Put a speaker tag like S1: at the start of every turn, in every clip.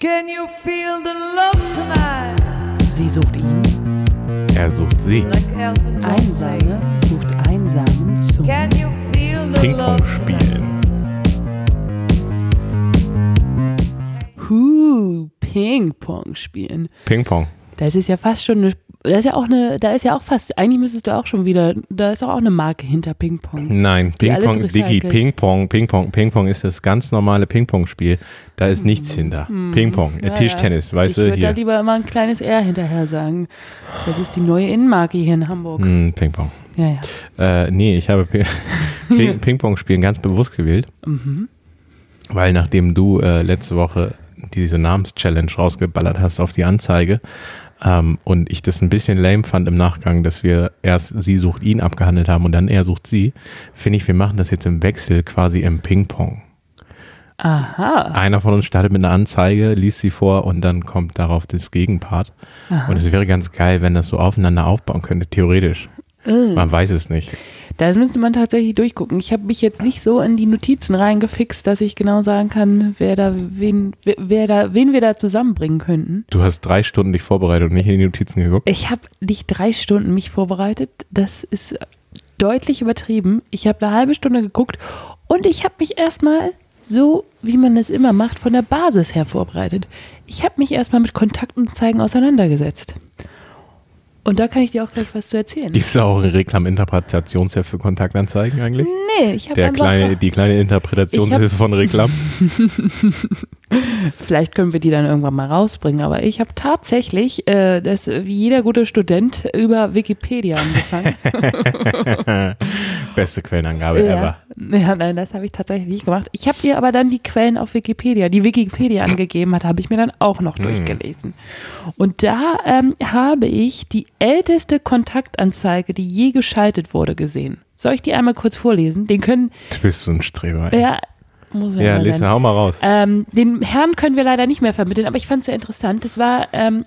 S1: Can you feel the love tonight?
S2: Sie sucht ihn,
S3: Er sucht sie.
S1: Like Elton John sang.
S2: Einsame sucht Einsamen zum.
S1: Can you feel the
S3: Ping-Pong
S1: love tonight?
S3: spielen.
S2: Huh, Ping-Pong spielen.
S3: Ping-Pong.
S2: Das ist ja fast schon eine. Das ist ja auch eine, da ist ja auch fast, eigentlich müsstest du auch schon wieder, da ist doch auch eine Marke hinter
S3: Hm,
S2: Ping-Pong.
S3: Nein,
S2: alles
S3: Ping-Pong, Digi,
S2: recycelt.
S3: Ping-Pong, Ping-Pong, Ping-Pong ist das ganz normale Ping-Pong-Spiel. Da ist nichts hinter. Ping-Pong, äh,
S2: Hm. Ja,
S3: Tischtennis,
S2: ja.
S3: weißt
S2: ich
S3: du,
S2: Ich würde da
S3: hier.
S2: lieber immer ein kleines R hinterher sagen. Das ist die neue Innenmarke hier in Hamburg.
S3: Hm, Ping-Pong.
S2: Ja, ja.
S3: Äh, nee, ich habe Pi- Ping- Ping-Pong-Spielen ganz bewusst gewählt,
S2: Mhm.
S3: weil nachdem du äh, letzte Woche diese Namenschallenge rausgeballert hast auf die Anzeige ähm, und ich das ein bisschen lame fand im Nachgang, dass wir erst sie sucht ihn abgehandelt haben und dann er sucht sie, finde ich, wir machen das jetzt im Wechsel quasi im Ping-Pong.
S2: Aha.
S3: Einer von uns startet mit einer Anzeige, liest sie vor und dann kommt darauf das Gegenpart. Und es wäre ganz geil, wenn das so aufeinander aufbauen könnte, theoretisch.
S2: Äh.
S3: Man weiß es nicht.
S2: Das müsste man tatsächlich durchgucken. Ich habe mich jetzt nicht so in die Notizen reingefixt, dass ich genau sagen kann, wer da wen, wer, wer da, wen wir da zusammenbringen könnten.
S3: Du hast drei Stunden dich vorbereitet und nicht in die Notizen geguckt.
S2: Ich habe nicht drei Stunden mich vorbereitet. Das ist deutlich übertrieben. Ich habe eine halbe Stunde geguckt und ich habe mich erstmal so, wie man es immer macht, von der Basis her vorbereitet. Ich habe mich erstmal mit Kontaktanzeigen auseinandergesetzt. Und da kann ich dir auch gleich was zu erzählen.
S3: Gibt es auch einen Reklam-Interpretationshilfe für Kontaktanzeigen eigentlich?
S2: Nee, ich habe
S3: Der
S2: einfach
S3: kleine, die kleine
S2: Ich
S3: Interpretationshilfe von Reklam.
S2: Vielleicht können wir die dann irgendwann mal rausbringen, aber ich habe tatsächlich, äh, das äh, wie jeder gute Student, über Wikipedia angefangen.
S3: Beste Quellenangabe ever.
S2: Ja. ja, nein, das habe ich tatsächlich nicht gemacht. Ich habe ihr aber dann die Quellen auf Wikipedia, die Wikipedia angegeben hat, habe ich mir dann auch noch durchgelesen. Und da ähm, habe ich die älteste Kontaktanzeige, die je geschaltet wurde, gesehen. Soll ich die einmal kurz vorlesen? Den können,
S3: Du bist so ein Streber. ey.
S2: ja, muss man
S3: ja,
S2: mal
S3: Lisa,
S2: sein.
S3: hau mal raus.
S2: Ähm, den Herrn können wir leider nicht mehr vermitteln, aber ich fand es sehr interessant. Das war ähm,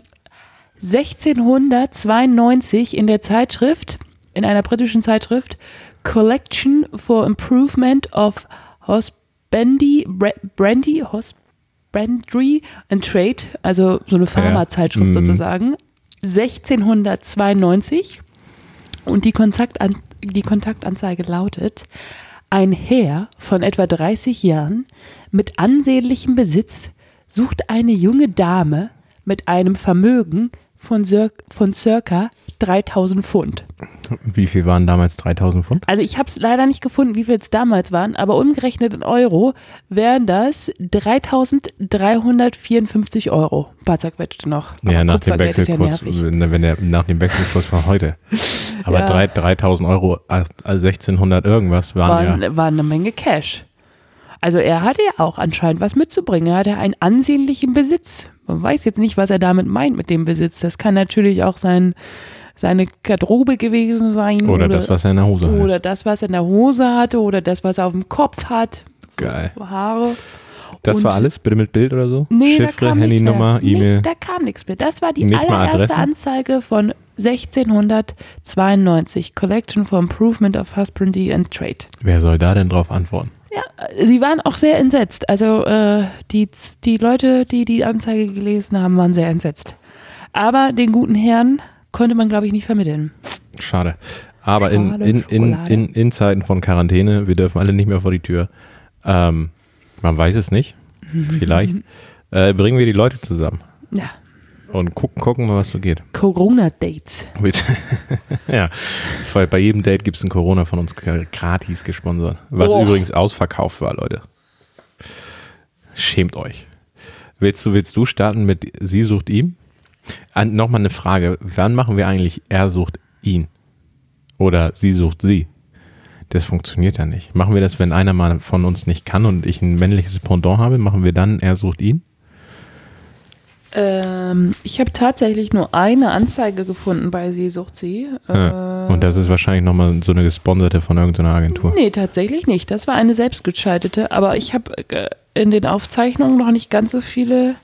S2: 1692 in der Zeitschrift, in einer britischen Zeitschrift, Collection for Improvement of Hosbandry, Bra- Brandy, Hosbandry and Trade, also so eine Pharmazeitschrift
S3: Mhm.
S2: sozusagen, 1692. Und die, Kontaktan die Kontaktanzeige lautet, ein Herr von etwa 30 Jahren mit ansehnlichem Besitz sucht eine junge Dame mit einem Vermögen von, cir von circa 3000 Pfund.
S3: Wie viel waren damals 3000 Pfund?
S2: Also ich habe es leider nicht gefunden, wie viel es damals waren, aber umgerechnet in Euro wären das 3354 Euro. Ein paar zerquetschte noch.
S3: Ja,
S2: Aber
S3: nach dem,
S2: Kupfergeld ist ja
S3: Wechselkurs,
S2: nervig.
S3: wenn wenn der, nach dem Wechselkurs von heute. Aber
S2: Ja.
S3: drei- 3000 Euro, also 1600 irgendwas waren,
S2: waren,
S3: ja.
S2: war eine Menge Cash. Also er hatte ja auch anscheinend was mitzubringen. Er hatte einen ansehnlichen Besitz. Man weiß jetzt nicht, was er damit meint mit dem Besitz. Das kann natürlich auch sein, seine Garderobe gewesen sein.
S3: Oder das, was er in der Hose hat.
S2: oder das, was er in der Hose hatte, oder das, was er auf dem Kopf hat,
S3: Geil.
S2: Haare.
S3: Das
S2: Und-
S3: war alles? Bitte mit Bild oder so?
S2: Nee, da
S3: Chiffre,
S2: kam nichts
S3: Handynummer,
S2: mehr.
S3: E-Mail.
S2: Nee, da kam nichts mehr. Das war die
S3: Nicht mal
S2: allererste
S3: Adressen?
S2: Anzeige von 1692. Collection for Improvement of Husbandry and Trade.
S3: Wer soll da denn drauf antworten?
S2: Ja, äh, sie waren auch sehr entsetzt. Also äh, die, die Leute, die die Anzeige gelesen haben, waren sehr entsetzt. Aber den guten Herrn konnte man, glaube ich, nicht vermitteln.
S3: Schade. Aber in,
S2: Schade,
S3: in, in,
S2: Schokolade.
S3: in, in Zeiten von Quarantäne, wir dürfen alle nicht mehr vor die Tür. Ähm, man weiß es nicht. Vielleicht. Äh, bringen wir die Leute zusammen
S2: Ja,
S3: und gucken, gucken mal, was so geht.
S2: Corona-Dates.
S3: Willst- ja, weil bei jedem Date gibt es ein Corona von uns gratis gesponsert. Was
S2: Oh.
S3: übrigens ausverkauft war, Leute. Schämt euch. Willst du, willst du starten mit Sie sucht ihm? An, Nochmal eine Frage. Wann machen wir eigentlich Er sucht ihn? Oder Sie sucht sie? Das funktioniert ja nicht. Machen wir das, wenn einer mal von uns nicht kann und ich ein männliches Pendant habe? Machen wir dann Er sucht ihn?
S2: Ähm, ich habe tatsächlich nur eine Anzeige gefunden bei Sie sucht sie. Äh,
S3: Ja. Ah, Und das ist wahrscheinlich nochmal so eine gesponserte von irgendeiner Agentur.
S2: Nee, tatsächlich nicht. Das war eine selbstgeschaltete, aber ich habe äh, in den Aufzeichnungen noch nicht ganz so viele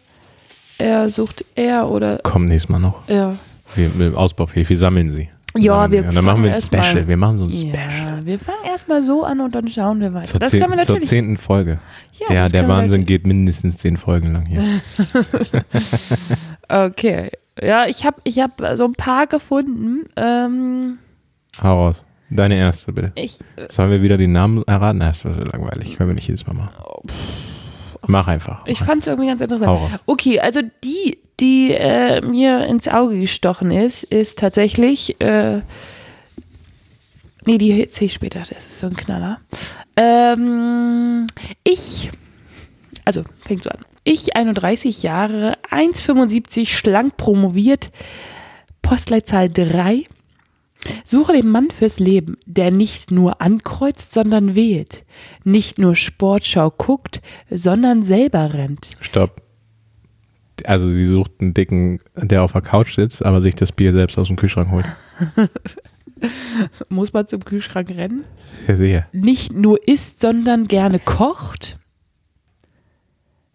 S2: er sucht er oder
S3: Kommt nächstes Mal noch.
S2: er.
S3: Wir, wir Ausbaufähig, wir sammeln sie.
S2: Ja,
S3: sammeln
S2: wir
S3: sie. Und dann machen wir ein
S2: fangen erst mal-
S3: Special. Wir machen so ein Special.
S2: Ja, erstmal. Wir fangen erstmal so an und dann schauen wir weiter.
S3: Zur,
S2: Das
S3: zehn-
S2: können wir
S3: zur
S2: natürlich.
S3: zehnten Folge. Ja,
S2: das
S3: der
S2: können wir
S3: Wahnsinn geht mindestens zehn Folgen lang hier.
S2: natürlich- Okay. Ja, ich habe ich hab so ein paar gefunden. Ähm,
S3: Hau raus. Deine erste, bitte.
S2: ich, äh,
S3: Sollen wir wieder den Namen erraten? Na, das war so langweilig. Können wir nicht jedes Mal machen. Mach einfach.
S2: Oh, ich fand es irgendwie ganz
S3: Hau
S2: interessant.
S3: raus.
S2: Okay, also die, die äh, mir ins Auge gestochen ist, ist tatsächlich. Äh, nee, die erzähl ich später. Das ist so ein Knaller. Ähm, ich. Also, fängt so an. Ich, 31 Jahre, 1,75, schlank promoviert, Postleitzahl 3. Suche den Mann fürs Leben, der nicht nur ankreuzt, sondern wählt. Nicht nur Sportschau guckt, sondern selber rennt.
S3: Stopp. Also sie sucht einen Dicken, der auf der Couch sitzt, aber sich das Bier selbst aus dem Kühlschrank holt.
S2: Muss man zum Kühlschrank rennen?
S3: Ja, sicher.
S2: Nicht nur isst, sondern gerne kocht.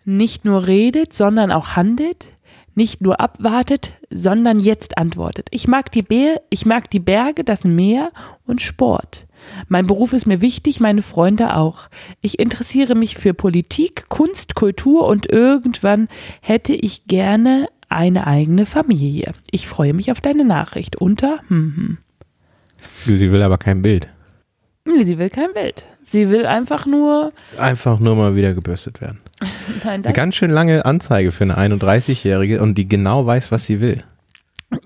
S2: Nicht nur redet, sondern auch handelt. Nicht nur abwartet, sondern jetzt antwortet. Ich mag die, Be ich mag die Berge, das Meer und Sport. Mein Beruf ist mir wichtig, meine Freunde auch. Ich interessiere mich für Politik, Kunst, Kultur und irgendwann hätte ich gerne eine eigene Familie. Ich freue mich auf deine Nachricht. Unter hm, hm.
S3: Sie will aber kein Bild.
S2: Nee, sie will kein Bild. Sie will einfach nur.
S3: Einfach nur mal wieder gebürstet werden.
S2: Nein,
S3: Eine
S2: danke.
S3: ganz schön lange Anzeige für eine 31-Jährige und die genau weiß, was sie will.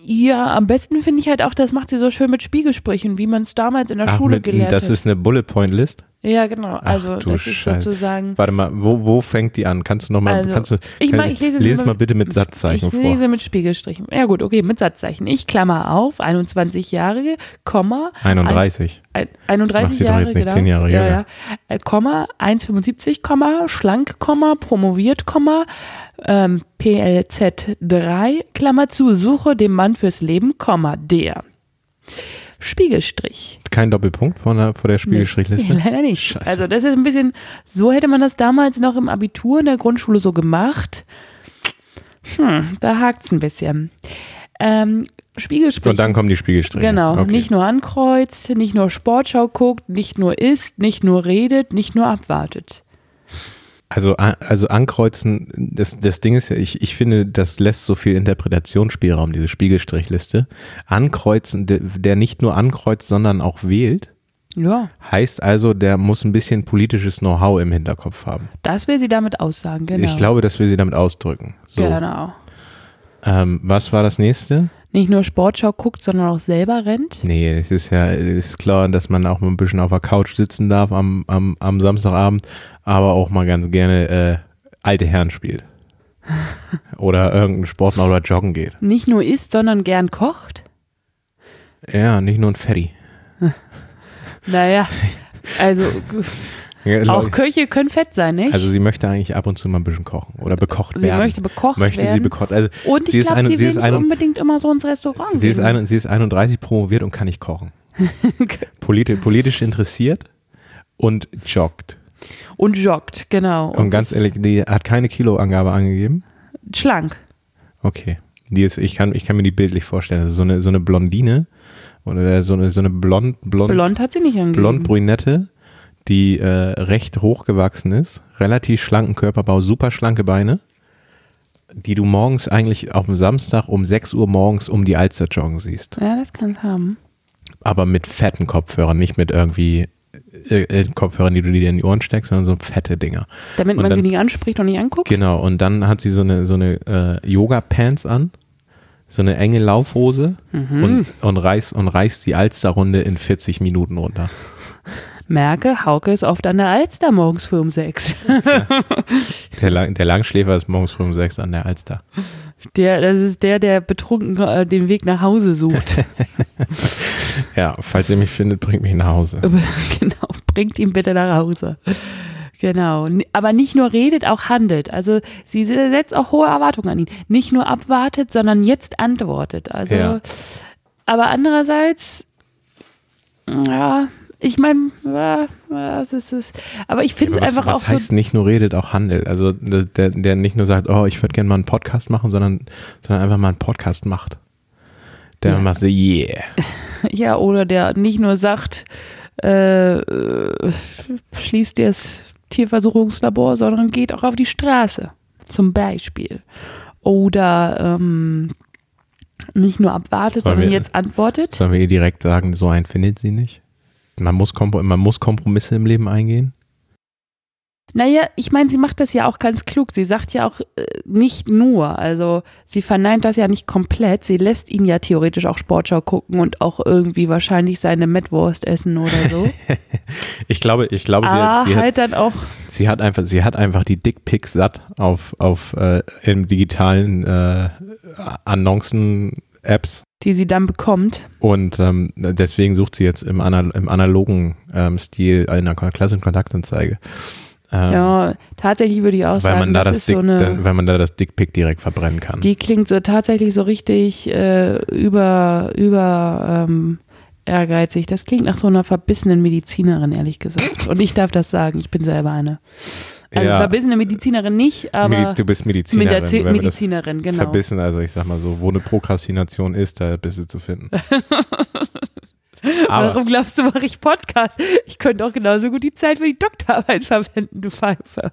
S2: Ja, am besten finde ich halt auch, das macht sie so schön mit Spiegelsprüchen, wie man es damals in der Schule
S3: mit-
S2: gelernt
S3: das
S2: hat.
S3: ist eine Bullet Point List.
S2: ja, genau. Also,
S3: du
S2: das ist
S3: Scheiße.
S2: sozusagen.
S3: Warte mal, wo, wo fängt die an? Kannst du noch mal,
S2: Also,
S3: kannst du,
S2: ich
S3: kann-
S2: mag- ich lese sie
S3: les
S2: mal-
S3: mal bitte mit Satzzeichen
S2: ich
S3: vor.
S2: lese mit Spiegelstrichen. Ja, gut, okay, mit Satzzeichen. Ich Klammer auf, 21-Jährige, Komma.
S3: 31.
S2: Ein, ein,
S3: Mach sie
S2: 31
S3: doch
S2: Jahre,
S3: jetzt nicht
S2: genau.
S3: 10 Jahre
S2: ja,
S3: jünger.
S2: ja. Äh, Komma, 1,75, Komma, schlank, Komma, promoviert, Komma, ähm, PLZ3, Klammer zu, suche dem Mann fürs Leben, Komma, der. Spiegelstrich.
S3: Kein Doppelpunkt vor der, vor der Spiegelstrichliste?
S2: Leider nicht.
S3: Scheiße.
S2: Also das ist ein bisschen, so hätte man das damals noch im Abitur in der Grundschule so gemacht. Hm, da hakt's ein bisschen. Ähm, Spiegelstrich.
S3: und dann kommen die Spiegelstriche.
S2: Genau,
S3: okay.
S2: nicht nur ankreuzt, nicht nur Sportschau guckt, nicht nur isst, nicht nur redet, nicht nur abwartet.
S3: Also, a- also ankreuzen, das, das Ding ist ja, ich, ich finde, das lässt so viel Interpretationsspielraum, diese Spiegelstrichliste. Ankreuzen, de- der nicht nur ankreuzt, sondern auch wählt,
S2: Ja,
S3: heißt also, der muss ein bisschen politisches Know-how im Hinterkopf haben.
S2: das will sie damit aussagen, genau.
S3: Ich glaube, dass wir sie damit ausdrücken. So.
S2: Genau.
S3: Ähm, was war das nächste?
S2: Nicht nur Sportschau guckt, sondern auch selber rennt.
S3: Nee, es ist ja, es ist klar, dass man auch mal ein bisschen auf der Couch sitzen darf am, am, am Samstagabend, aber auch mal ganz gerne äh, alte Herren spielt. oder irgendeinen Sport macht oder joggen geht.
S2: Nicht nur isst, sondern gern kocht.
S3: Ja, nicht nur ein Fatty.
S2: Naja, also
S3: Ja,
S2: auch
S3: Leute,
S2: Köche können fett sein, nicht?
S3: also sie möchte eigentlich ab und zu mal ein bisschen kochen oder bekocht
S2: Sie
S3: werden.
S2: möchte bekocht
S3: möchte sie
S2: werden.
S3: bekocht. Also
S2: Und
S3: sie
S2: ich
S3: ist
S2: glaube,
S3: eine,
S2: sie,
S3: sie
S2: will
S3: ist
S2: nicht
S3: eine,
S2: unbedingt immer so ins Restaurant
S3: sie ist
S2: gehen.
S3: eine, sie ist 31 promoviert und kann nicht kochen. Politi politisch interessiert und joggt.
S2: Und joggt, genau.
S3: Und, ganz
S2: ist
S3: ehrlich, die hat keine Kiloangabe angegeben.
S2: Schlank.
S3: Okay. Die ist, ich kann, ich kann mir die bildlich vorstellen. Das ist so eine, so eine Blondine oder so eine, so eine blond, blond,
S2: Blond hat sie nicht angegeben.
S3: blond-brünette, die äh, recht hochgewachsen ist, relativ schlanken Körperbau, super schlanke Beine, die du morgens eigentlich auf dem Samstag um 6 Uhr morgens um die Alster joggen siehst.
S2: ja, das kann haben.
S3: Aber mit fetten Kopfhörern, nicht mit irgendwie äh, äh, Kopfhörern, die du dir in die Ohren steckst, sondern so fette Dinger.
S2: Damit
S3: Und
S2: man sie
S3: dann-
S2: nicht anspricht und nicht anguckt.
S3: Genau, und dann hat sie so eine, so eine äh, Yoga-Pants an, so eine enge Laufhose
S2: Mhm.
S3: und, und, reißt, und reißt die Alsterrunde in 40 Minuten runter.
S2: Merke, Hauke ist oft an der Alster morgens früh um sechs.
S3: Der, Lang, der Langschläfer ist morgens früh um sechs an der Alster.
S2: Der, das ist der, der betrunken äh, den Weg nach Hause sucht.
S3: Ja, falls ihr mich findet, bringt mich nach Hause.
S2: genau, bringt ihn bitte nach Hause. Genau, N- aber nicht nur redet, auch handelt. Also sie se- setzt auch hohe Erwartungen an ihn. Nicht nur abwartet, sondern jetzt antwortet. Also,
S3: Ja.
S2: aber andererseits, ja, ich meine, ja, ja, es ist, es. aber ich finde es
S3: was
S2: einfach
S3: was
S2: auch so
S3: heißt nicht nur redet, auch handelt? Also der, der- der nicht nur sagt, oh, ich würde gerne mal einen Podcast machen, sondern, sondern einfach mal einen Podcast macht. Der
S2: Ja.
S3: macht so, yeah.
S2: Ja, oder der nicht nur sagt, äh, äh, schließt das Tierversuchungslabor, sondern geht auch auf die Straße zum Beispiel. Oder ähm, nicht nur abwartet,
S3: Sollen
S2: sondern
S3: wir-
S2: jetzt antwortet.
S3: Sollen wir ihr direkt sagen, so einen findet sie nicht? Man muss, Kompro- man muss Kompromisse im Leben eingehen.
S2: Naja, ich meine, sie macht das ja auch ganz klug. Sie sagt ja auch äh, nicht nur, also sie verneint das ja nicht komplett. Sie lässt ihn ja theoretisch auch Sportschau gucken und auch irgendwie wahrscheinlich seine Metwurst essen oder so.
S3: Ich glaube, ich glaube, sie,
S2: Aber
S3: hat, sie, hat,
S2: halt dann auch,
S3: sie hat einfach, sie hat einfach die Dickpics satt auf, auf äh, in digitalen äh, Annoncen-Apps.
S2: die sie dann bekommt.
S3: Und ähm, deswegen sucht sie jetzt im, anal im analogen ähm, Stil einer Kon- klassischen Kontaktanzeige. Ähm,
S2: ja, tatsächlich würde ich auch
S3: weil,
S2: sagen,
S3: man da
S2: das
S3: das
S2: ist
S3: Dick,
S2: so eine.
S3: dann, weil man da das Dickpic direkt verbrennen kann.
S2: Die klingt so tatsächlich so richtig äh, über, über ähm, ehrgeizig. Das klingt nach so einer verbissenen Medizinerin, ehrlich gesagt. Und ich darf das sagen, ich bin selber eine. Also
S3: Ja.
S2: verbissene Medizinerin nicht, aber
S3: Medi- du bist Medizinerin.
S2: Medizinerin,
S3: wenn wir das
S2: Medizinerin genau.
S3: Verbissen, also ich sag mal so, wo eine Prokrastination ist, da bist du zu finden. Aber
S2: Warum glaubst du, mache ich Podcast? Ich könnte auch genauso gut die Zeit für die Doktorarbeit verwenden, du Pfeife.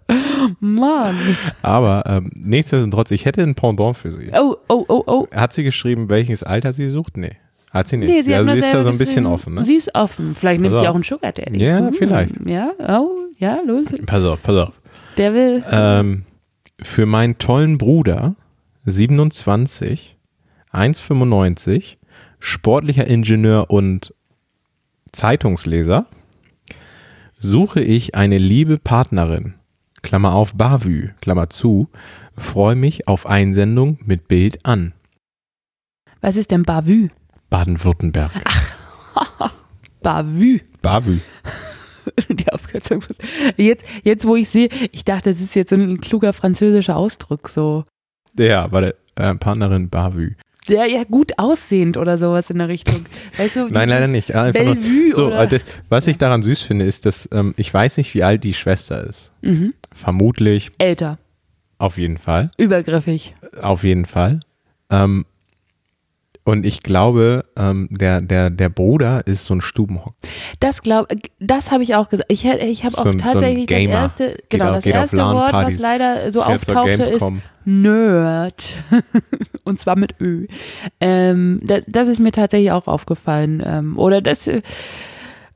S2: Mann.
S3: aber ähm, nichtsdestotrotz, ich hätte ein Pendant für sie.
S2: Oh, oh, oh, oh.
S3: Hat sie geschrieben, welches Alter sie sucht? Nee. Hat sie nicht.
S2: Nee, sie hat
S3: also
S2: nur
S3: sie ist da
S2: selber
S3: so ein bisschen
S2: geschrieben.
S3: offen, ne?
S2: Sie ist offen. Vielleicht nimmt
S3: Pass
S2: sie
S3: auf.
S2: auch einen Sugar Daddy.
S3: Ja,
S2: Hm,
S3: vielleicht.
S2: Ja, oh, ja, los.
S3: Pass auf, pass auf.
S2: Der will.
S3: Ähm, für meinen tollen Bruder, 27, 1,95, sportlicher Ingenieur und Zeitungsleser, suche ich eine liebe Partnerin. Klammer auf, Bavü, Klammer zu, freue mich auf Einsendung mit Bild an.
S2: Was ist denn Bavü?
S3: Baden-Württemberg.
S2: Bavü.
S3: Bavü.
S2: Die Abkürzung muss. Jetzt, jetzt, wo ich sehe, ich dachte, das ist jetzt so ein kluger französischer Ausdruck, so.
S3: Ja, warte, äh, Partnerin Bavü.
S2: Der ja gut aussehend oder sowas in der Richtung. Weißt du,
S3: Nein, leider nicht. Einfach nur,
S2: Bellevue
S3: so,
S2: oder?
S3: äh, das, was ich daran süß finde, ist, dass ähm, ich weiß nicht, wie alt die Schwester ist.
S2: Mhm.
S3: Vermutlich,
S2: Älter,
S3: auf jeden Fall.
S2: übergriffig.
S3: Auf jeden Fall. Ähm, und ich glaube, ähm, der, der, der Bruder ist so ein Stubenhock.
S2: Das glaube das habe ich auch gesagt. Ich, hä- ich habe
S3: So
S2: auch
S3: ein- so ein
S2: tatsächlich das
S3: Gamer.
S2: erste,
S3: Geht
S2: genau,
S3: auf-
S2: das
S3: geht auf
S2: erste Wort,
S3: LAN-Partys.
S2: was leider so
S3: Fährt zur
S2: auftauchte, ist
S3: Gamescom.
S2: Nerd. Und zwar mit Ö. Ähm, das, das ist mir tatsächlich auch aufgefallen. Ähm, oder das. äh,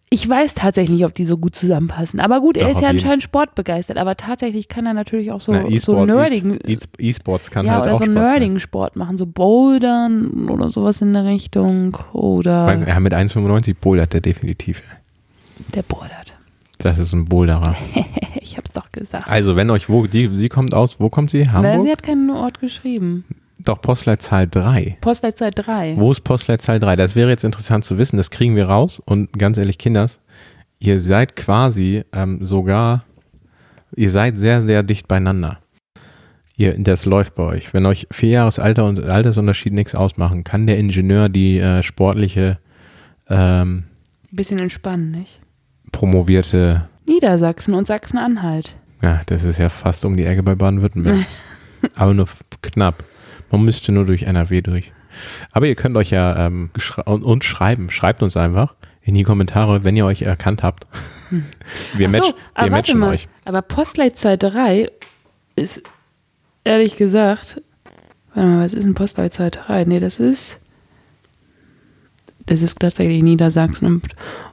S2: Ich weiß tatsächlich nicht, ob die so gut zusammenpassen. Aber gut, er
S3: Doch,
S2: ist
S3: auf
S2: ja
S3: jeden.
S2: anscheinlich sportbegeistert. Aber tatsächlich kann er natürlich auch so,
S3: Na,
S2: so
S3: E-Sport-
S2: nerdigen.
S3: E- E-Sports kann
S2: ja,
S3: halt
S2: oder
S3: auch
S2: so
S3: Sport sein.
S2: nerdigen Sport machen. So Bouldern oder sowas in der Richtung. Oder
S3: Ich meine, Ja, mit 1,95 bouldert der definitiv.
S2: der bouldert.
S3: Das ist ein Boulderer.
S2: Ich hab's doch gesagt.
S3: Also, wenn euch, wo, die, sie kommt aus, wo kommt sie?
S2: Weil
S3: Hamburg?
S2: sie hat keinen Ort geschrieben.
S3: Doch, Postleitzahl 3.
S2: Postleitzahl 3.
S3: Wo ist Postleitzahl 3? Das wäre jetzt interessant zu wissen. Das kriegen wir raus. Und ganz ehrlich, Kinders, ihr seid quasi ähm, sogar, ihr seid sehr, sehr dicht beieinander. Ihr, das läuft bei euch. Wenn euch vier Jahres Alter und Altersunterschied nichts ausmachen, kann der Ingenieur die äh, sportliche ähm,
S2: Bisschen entspannen, nicht?
S3: promovierte,
S2: Niedersachsen und Sachsen-Anhalt.
S3: ja, das ist ja fast um die Ecke bei Baden-Württemberg. Aber nur f- knapp. Man müsste nur durch NRW durch. Aber ihr könnt euch ja ähm, geschra- und, uns schreiben. Schreibt uns einfach in die Kommentare, wenn ihr euch erkannt habt. Wir,
S2: Ach so,
S3: match,
S2: aber warte
S3: wir matchen
S2: mal.
S3: euch.
S2: Aber Postleitzahl 3 ist, ehrlich gesagt, warte mal, was ist denn Postleitzahl 3? Nee, das ist, das ist tatsächlich Niedersachsen und,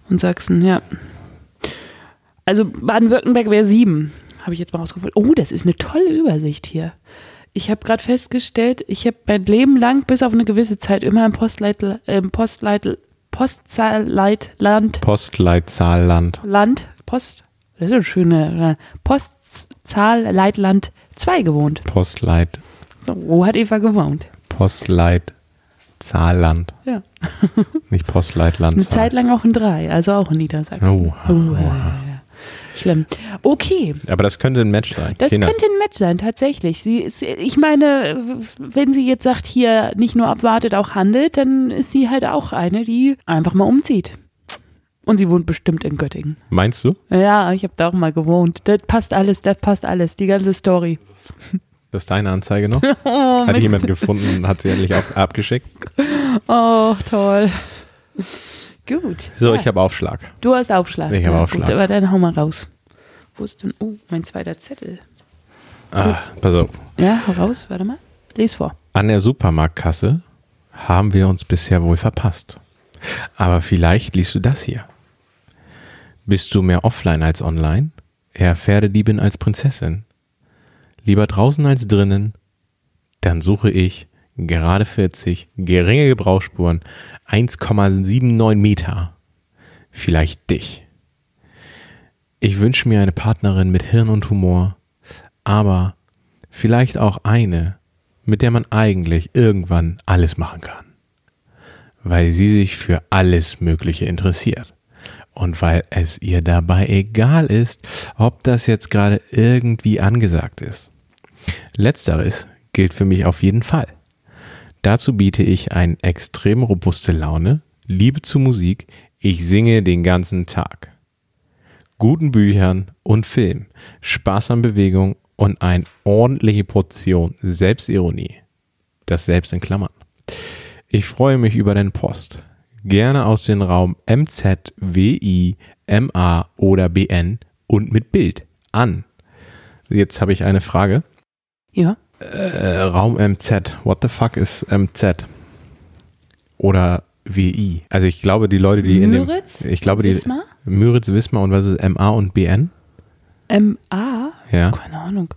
S2: und Sachsen, ja. Also Baden-Württemberg wäre 7, habe ich jetzt mal rausgefunden. Oh, das ist eine tolle Übersicht hier. Ich habe gerade festgestellt, ich habe mein Leben lang bis auf eine gewisse Zeit immer im Postleitl, äh, Postleitl, Postleitland
S3: Postleitzahlland.
S2: Land, Post, das ist eine schöne, äh, Postzahl, Leitland 2 gewohnt.
S3: Postleit.
S2: So, wo hat Eva gewohnt?
S3: Postleitzahlland.
S2: Ja.
S3: Nicht
S2: Eine
S3: Postleitlandzahl.
S2: Zeit lang auch in 3, also auch in Niedersachsen.
S3: Oh,
S2: Oh, ja,
S3: wow.
S2: ja, ja. Schlimm. Okay.
S3: Aber das könnte ein Match sein.
S2: Das
S3: Kinders,
S2: könnte ein Match sein, tatsächlich. Sie ist, ich meine, wenn sie jetzt sagt, hier nicht nur abwartet, auch handelt, dann ist sie halt auch eine, die einfach mal umzieht. Und sie wohnt bestimmt in Göttingen.
S3: Meinst du?
S2: Ja, ich habe da auch mal gewohnt. Das passt alles, das passt alles, die ganze Story.
S3: Das ist deine Anzeige noch?
S2: Oh,
S3: Hat
S2: Mist.
S3: jemand gefunden und hat sie endlich ab, abgeschickt?
S2: Oh, toll. Gut.
S3: So,
S2: ja.
S3: ich habe Aufschlag.
S2: du hast Aufschlag.
S3: Ich hab
S2: Ja,
S3: Aufschlag.
S2: Gut, aber dann hau mal raus. Wo ist denn, oh, mein zweiter Zettel.
S3: Ah, pass auf.
S2: Ja, hau raus, warte mal. Lies vor.
S3: An der Supermarktkasse haben wir uns bisher wohl verpasst. Aber vielleicht liest du das hier. Bist du mehr offline als online? Eher Pferdediebin als Prinzessin. Lieber draußen als drinnen? Dann suche ich gerade 40, geringe Gebrauchsspuren, 1,79 Meter. Vielleicht dich. Ich wünsche mir eine Partnerin mit Hirn und Humor, aber vielleicht auch eine, mit der man eigentlich irgendwann alles machen kann. Weil sie sich für alles Mögliche interessiert. Und weil es ihr dabei egal ist, ob das jetzt gerade irgendwie angesagt ist. Letzteres gilt für mich auf jeden Fall. Dazu biete ich eine extrem robuste Laune, Liebe zu Musik, ich singe den ganzen Tag guten Büchern und Film, Spaß an Bewegung und eine ordentliche Portion Selbstironie. Das selbst in Klammern. Ich freue mich über den Post. Gerne aus dem Raum MZ, WI, MA oder BN und mit Bild an. Jetzt habe ich eine Frage.
S2: Ja.
S3: Äh, Raum MZ. What the fuck ist MZ? Oder WI? Also ich glaube, die Leute, die
S2: Müritz?
S3: in dem... Ich glaube, die,
S2: Wismar?
S3: Müritz, Wismar und was ist MA und BN?
S2: MA?
S3: Ja.
S2: Keine Ahnung.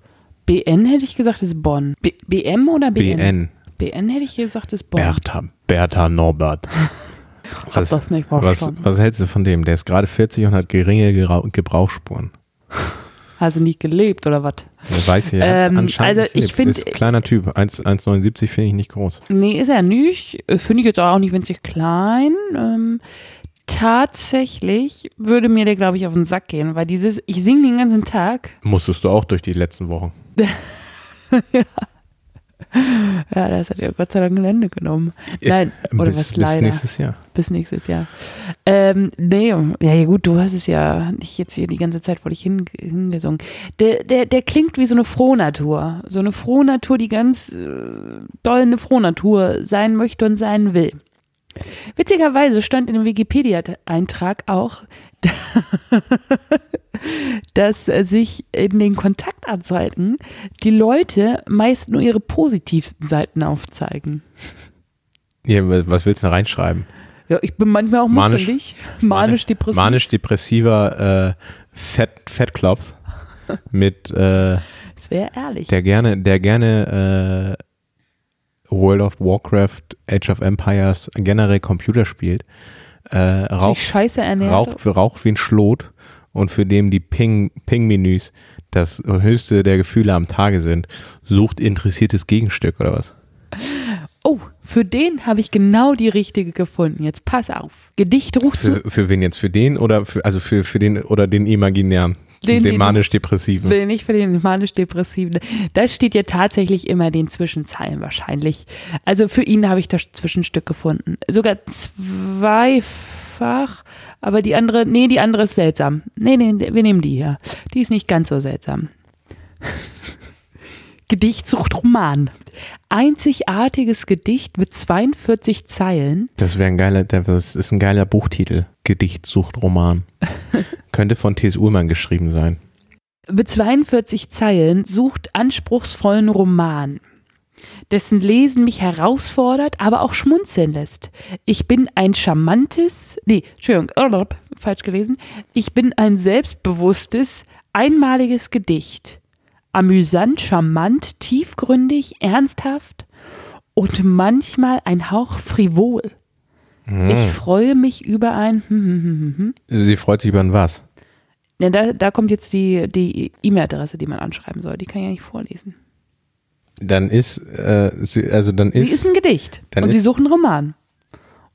S2: BN hätte ich gesagt, ist Bonn. B BM oder BN?
S3: BN.
S2: BN hätte ich gesagt, ist Bonn.
S3: Bertha, Bertha Norbert. Was,
S2: das nicht
S3: was,
S2: verstanden.
S3: was hältst du von dem? Der ist gerade 40 und hat geringe Gera Gebrauchsspuren.
S2: Hast du nicht gelebt oder was?
S3: Der weiß ja
S2: Ähm,
S3: anscheinend.
S2: also
S3: nicht.
S2: ich find-
S3: Ist ein kleiner Typ. 1 1,79 finde ich nicht groß.
S2: Nee, ist er nicht. Äh, Finde ich jetzt auch nicht winzig klein. Ähm, tatsächlich würde mir der, glaube ich, auf den Sack gehen, weil dieses, ich singe den ganzen Tag.
S3: Musstest du auch durch die letzten Wochen.
S2: Ja, das hat er Gott sei Dank Gelände genommen. Nein, oder
S3: bis,
S2: was
S3: bis
S2: leider.
S3: nächstes Jahr.
S2: bis nächstes Jahr. Ähm, nee, ja, ja gut, du hast es ja nicht jetzt hier die ganze Zeit vor dich hin, hingesungen. Der, der, der klingt wie so eine Frohnatur. So eine Frohnatur, die ganz äh, doll eine Frohnatur sein möchte und sein will. Witzigerweise stand in dem Wikipedia-Eintrag auch, dass äh, sich in den Kontaktanzeigen die Leute meist nur ihre positivsten Seiten aufzeigen.
S3: Ja, was willst du da reinschreiben?
S2: Ja, ich bin manchmal auch
S3: Manisch-
S2: muffelig. Manisch-depressiv.
S3: Manisch-depressiver äh, Fett, Fettklops mit äh,
S2: Das wäre ehrlich.
S3: der gerne, der gerne äh, World of Warcraft, Age of Empires, generell Computer spielt, äh,
S2: sich
S3: raucht,
S2: scheiße ernährt.
S3: raucht, raucht wie ein Schlot und für dem die Ping- Ping-Menüs das höchste der Gefühle am Tage sind, sucht interessiertes Gegenstück oder was?
S2: Oh, für den habe ich genau die richtige gefunden. Jetzt pass auf. Gedicht ruft zu.
S3: Für, für wen jetzt? Für den oder für, also für, für den oder den imaginären,
S2: Den,
S3: den,
S2: den-
S3: manisch-depressiven?
S2: Nee, nicht für den manisch-depressiven. Das steht ja tatsächlich immer in den Zwischenzeilen wahrscheinlich. Also für ihn habe ich das Zwischenstück gefunden. Sogar zweifach, aber die andere, nee, die andere ist seltsam. Nee, nee, wir nehmen die hier. Die ist nicht ganz so seltsam. Gedicht sucht Roman. Einzigartiges Gedicht mit 42 Zeilen.
S3: Das wäre ein geiler, das ist ein geiler Buchtitel. Gedicht sucht Roman. Könnte von T.S. Ullmann geschrieben sein.
S2: mit 42 Zeilen sucht anspruchsvollen Roman, dessen Lesen mich herausfordert, aber auch schmunzeln lässt. Ich bin ein charmantes, nee, Entschuldigung, urlaub, falsch gelesen. Ich bin ein selbstbewusstes, einmaliges Gedicht. Amüsant, charmant, tiefgründig, ernsthaft und manchmal ein Hauch frivol. Ich freue mich über ein hm, hm, hm, hm, hm.
S3: Sie freut sich über ein was?
S2: Ja, Ne, da, da kommt jetzt die, die E-Mail-Adresse, die man anschreiben soll. Die kann ich ja nicht vorlesen.
S3: Dann ist, äh, sie, also dann
S2: Sie
S3: ist,
S2: ist ein Gedicht
S3: dann
S2: und sie
S3: ist-
S2: sucht einen Roman.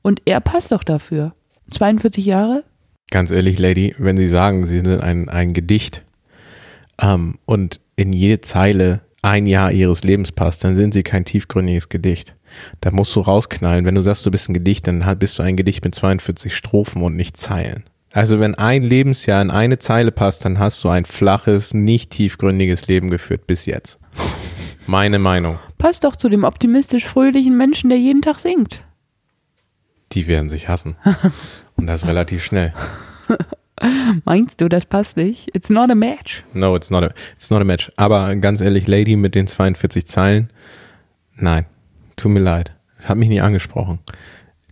S2: Und er passt doch dafür. 42 Jahre?
S3: ganz ehrlich, Lady, wenn Sie sagen, Sie sind ein, ein Gedicht ähm, und in jede Zeile ein Jahr Ihres Lebens passt, dann sind Sie kein tiefgründiges Gedicht. Da musst du rausknallen. Wenn du sagst, du bist ein Gedicht, dann halt bist du ein Gedicht mit 42 Strophen und nicht Zeilen. Also wenn ein Lebensjahr in eine Zeile passt, dann hast du ein flaches, nicht tiefgründiges Leben geführt bis jetzt. Meine Meinung.
S2: Passt doch zu dem optimistisch fröhlichen Menschen, der jeden Tag singt.
S3: Die werden sich hassen. Und das relativ schnell.
S2: Meinst du, das passt nicht? It's not a match.
S3: No, it's not a, it's not a match. Aber ganz ehrlich, Lady mit den 42 Zeilen, nein, tut mir leid. Hat mich nie angesprochen.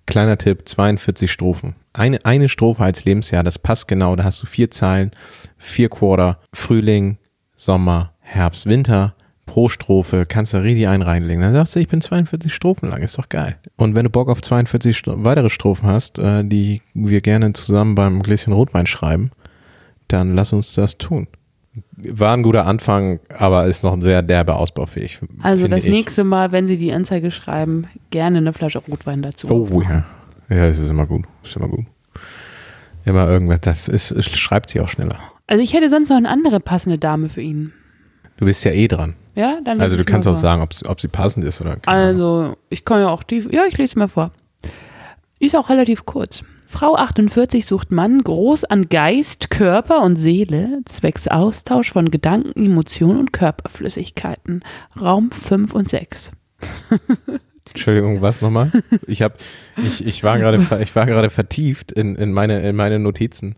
S3: Kleiner Tipp, 42 Strophen. Eine, eine Strophe als Lebensjahr, das passt genau. Da hast du vier Zeilen, vier Quarter, Frühling, Sommer, Herbst, Winter. Pro Strophe kannst du richtig einen reinlegen. Dann sagst du, ich bin 42 Strophen lang, ist doch geil. Und wenn du Bock auf 42 Stro weitere Strophen hast, äh, die wir gerne zusammen beim Gläschen Rotwein schreiben, dann lass uns das tun. War ein guter Anfang, aber ist noch ein sehr derbe ausbaufähig.
S2: Also
S3: finde
S2: das
S3: ich.
S2: nächste Mal, wenn Sie die Anzeige schreiben, gerne eine Flasche Rotwein dazu.
S3: Oh ja. Ja, das ist immer gut. Ist immer gut. Immer irgendwas, das ist, es schreibt sie auch schneller.
S2: Also ich hätte sonst noch eine andere passende Dame für ihn.
S3: Du bist ja eh dran.
S2: Mhm. Ja, dann lese
S3: Also du
S2: ich
S3: kannst
S2: mal
S3: auch
S2: vor.
S3: sagen, ob, ob sie passend ist oder keine Ahnung.
S2: Also, ich kann ja auch die. Ja, ich lese mal vor. Die Ist auch relativ kurz. Frau 48 sucht Mann groß an Geist, Körper und Seele, zwecks Austausch von Gedanken, Emotionen und Körperflüssigkeiten. Raum 5 und 6.
S3: Entschuldigung, was nochmal? Ich habe, ich, ich war gerade, ver- ich war gerade vertieft in, in meine, in meine Notizen.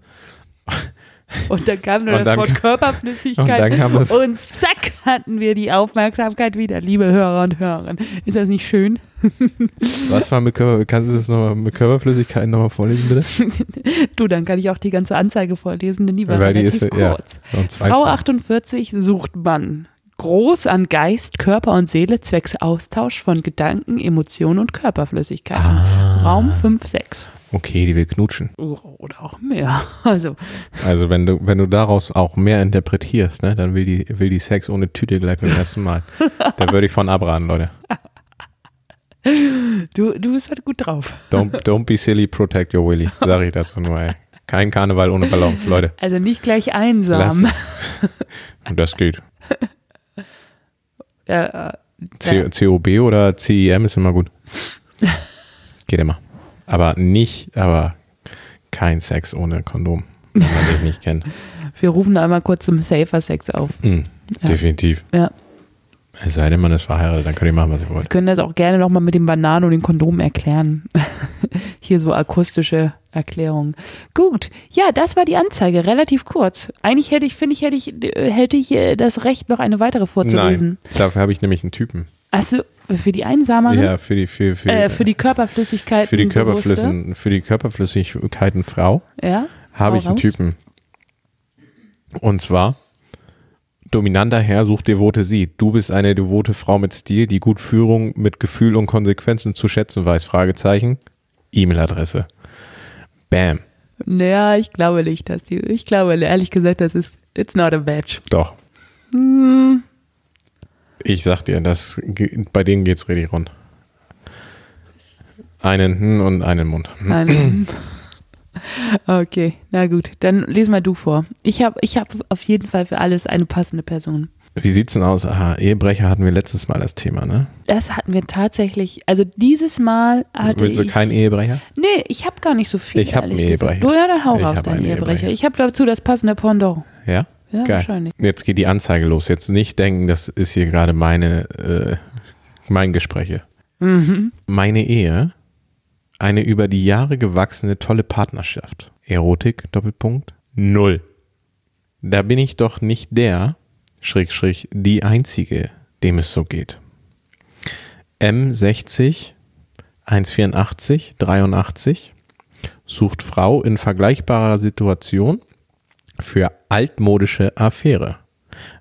S2: Und dann kam nur
S3: Und
S2: das
S3: dann
S2: Wort
S3: kam-
S2: Körperflüssigkeit.
S3: und dann kam das-
S2: und zack hatten wir die Aufmerksamkeit wieder, liebe Hörer und Hörerinnen. Ist das nicht schön?
S3: Was war mit Körper, kannst du das nochmal mit Körperflüssigkeiten nochmal vorlesen, bitte?
S2: Du, dann kann ich auch die ganze Anzeige vorlesen, denn die war
S3: Weil die
S2: relativ
S3: ist, ja,
S2: kurz.
S3: und zwei
S2: Frau
S3: Zeilen.
S2: 48 sucht Mann. Groß an Geist, Körper und Seele zwecks Austausch von Gedanken, Emotionen und Körperflüssigkeiten. Raum 5, 6.
S3: Okay, die will knutschen.
S2: Oder auch mehr. Also,
S3: Also wenn du, wenn du daraus auch mehr interpretierst, ne, dann will die, will die Sex ohne Tüte gleich beim ersten Mal. da würde ich von abraten, Leute.
S2: du, du bist halt gut drauf.
S3: Don't, don't be silly, protect your willy. Sag ich dazu nur, ey. Kein Karneval ohne Ballons, Leute.
S2: Also nicht gleich einsam.
S3: Lass. Und das geht.
S2: Äh, äh,
S3: C COB oder CIM ist immer gut. Geht immer. Aber nicht, aber kein Sex ohne Kondom, wenn man sich nicht kennt.
S2: wir rufen da einmal kurz zum Safer Sex auf.
S3: Hm, Definitiv.
S2: Ja.
S3: Es sei denn, man ist verheiratet, dann könnt ihr machen, was ihr wollt.
S2: Wir können das auch gerne nochmal mit den Bananen und den Kondomen erklären. Hier so akustische Erklärung. Gut, ja, das war die Anzeige, relativ kurz. Eigentlich hätte ich, finde ich, hätte ich, hätte ich äh, das Recht, noch eine weitere vorzulesen.
S3: Nein, dafür habe ich nämlich einen Typen.
S2: Also für die Einsamerin,
S3: Ja, für die, für, für,
S2: äh, für die Körperflüssigkeit.
S3: für die, Körperflüssen, für die Körperflüssigkeiten Frau
S2: Ja,
S3: habe
S2: Hau
S3: ich einen
S2: raus.
S3: Typen. Und zwar, dominanter Herr sucht devote sie. Du bist eine devote Frau mit Stil, die gut Führung mit Gefühl und Konsequenzen zu schätzen weiß. Fragezeichen. E-Mail-Adresse. Bam.
S2: Naja, ich glaube nicht, dass die, ich glaube ehrlich gesagt, das ist, it's not a match.
S3: Doch. Ich sag dir, das, ge- bei denen geht's richtig rund. Einen Hm und einen Mund.
S2: Nein. Okay, na gut, dann les mal du vor. Ich habe ich hab auf jeden Fall für alles eine passende Person.
S3: Wie sieht's denn aus? Aha, Ehebrecher hatten wir letztes Mal das Thema, ne?
S2: Das hatten wir tatsächlich. Also dieses Mal hatte
S3: Willst du
S2: Ah, ich.
S3: keinen Ehebrecher?
S2: nee, ich habe gar nicht so viel.
S3: Ich hab einen
S2: ehrlich gesagt.
S3: Ehebrecher.
S2: Oh, ja, dann hau
S3: Ich
S2: raus,
S3: hab
S2: dein
S3: einen
S2: Ehebrecher.
S3: Ehebrecher.
S2: Ich habe dazu das passende Pendant.
S3: Ja?
S2: Ja,
S3: Geil.
S2: wahrscheinlich.
S3: Jetzt geht die Anzeige los. Jetzt nicht denken, das ist hier gerade meine, äh, mein Gespräche. Meine Ehe, eine über die Jahre gewachsene tolle Partnerschaft. Erotik, Doppelpunkt, null. Da bin ich doch nicht der, Schräg, Schräg, die Einzige, dem es so geht. M60, 184, 83, sucht Frau in vergleichbarer Situation für altmodische Affäre.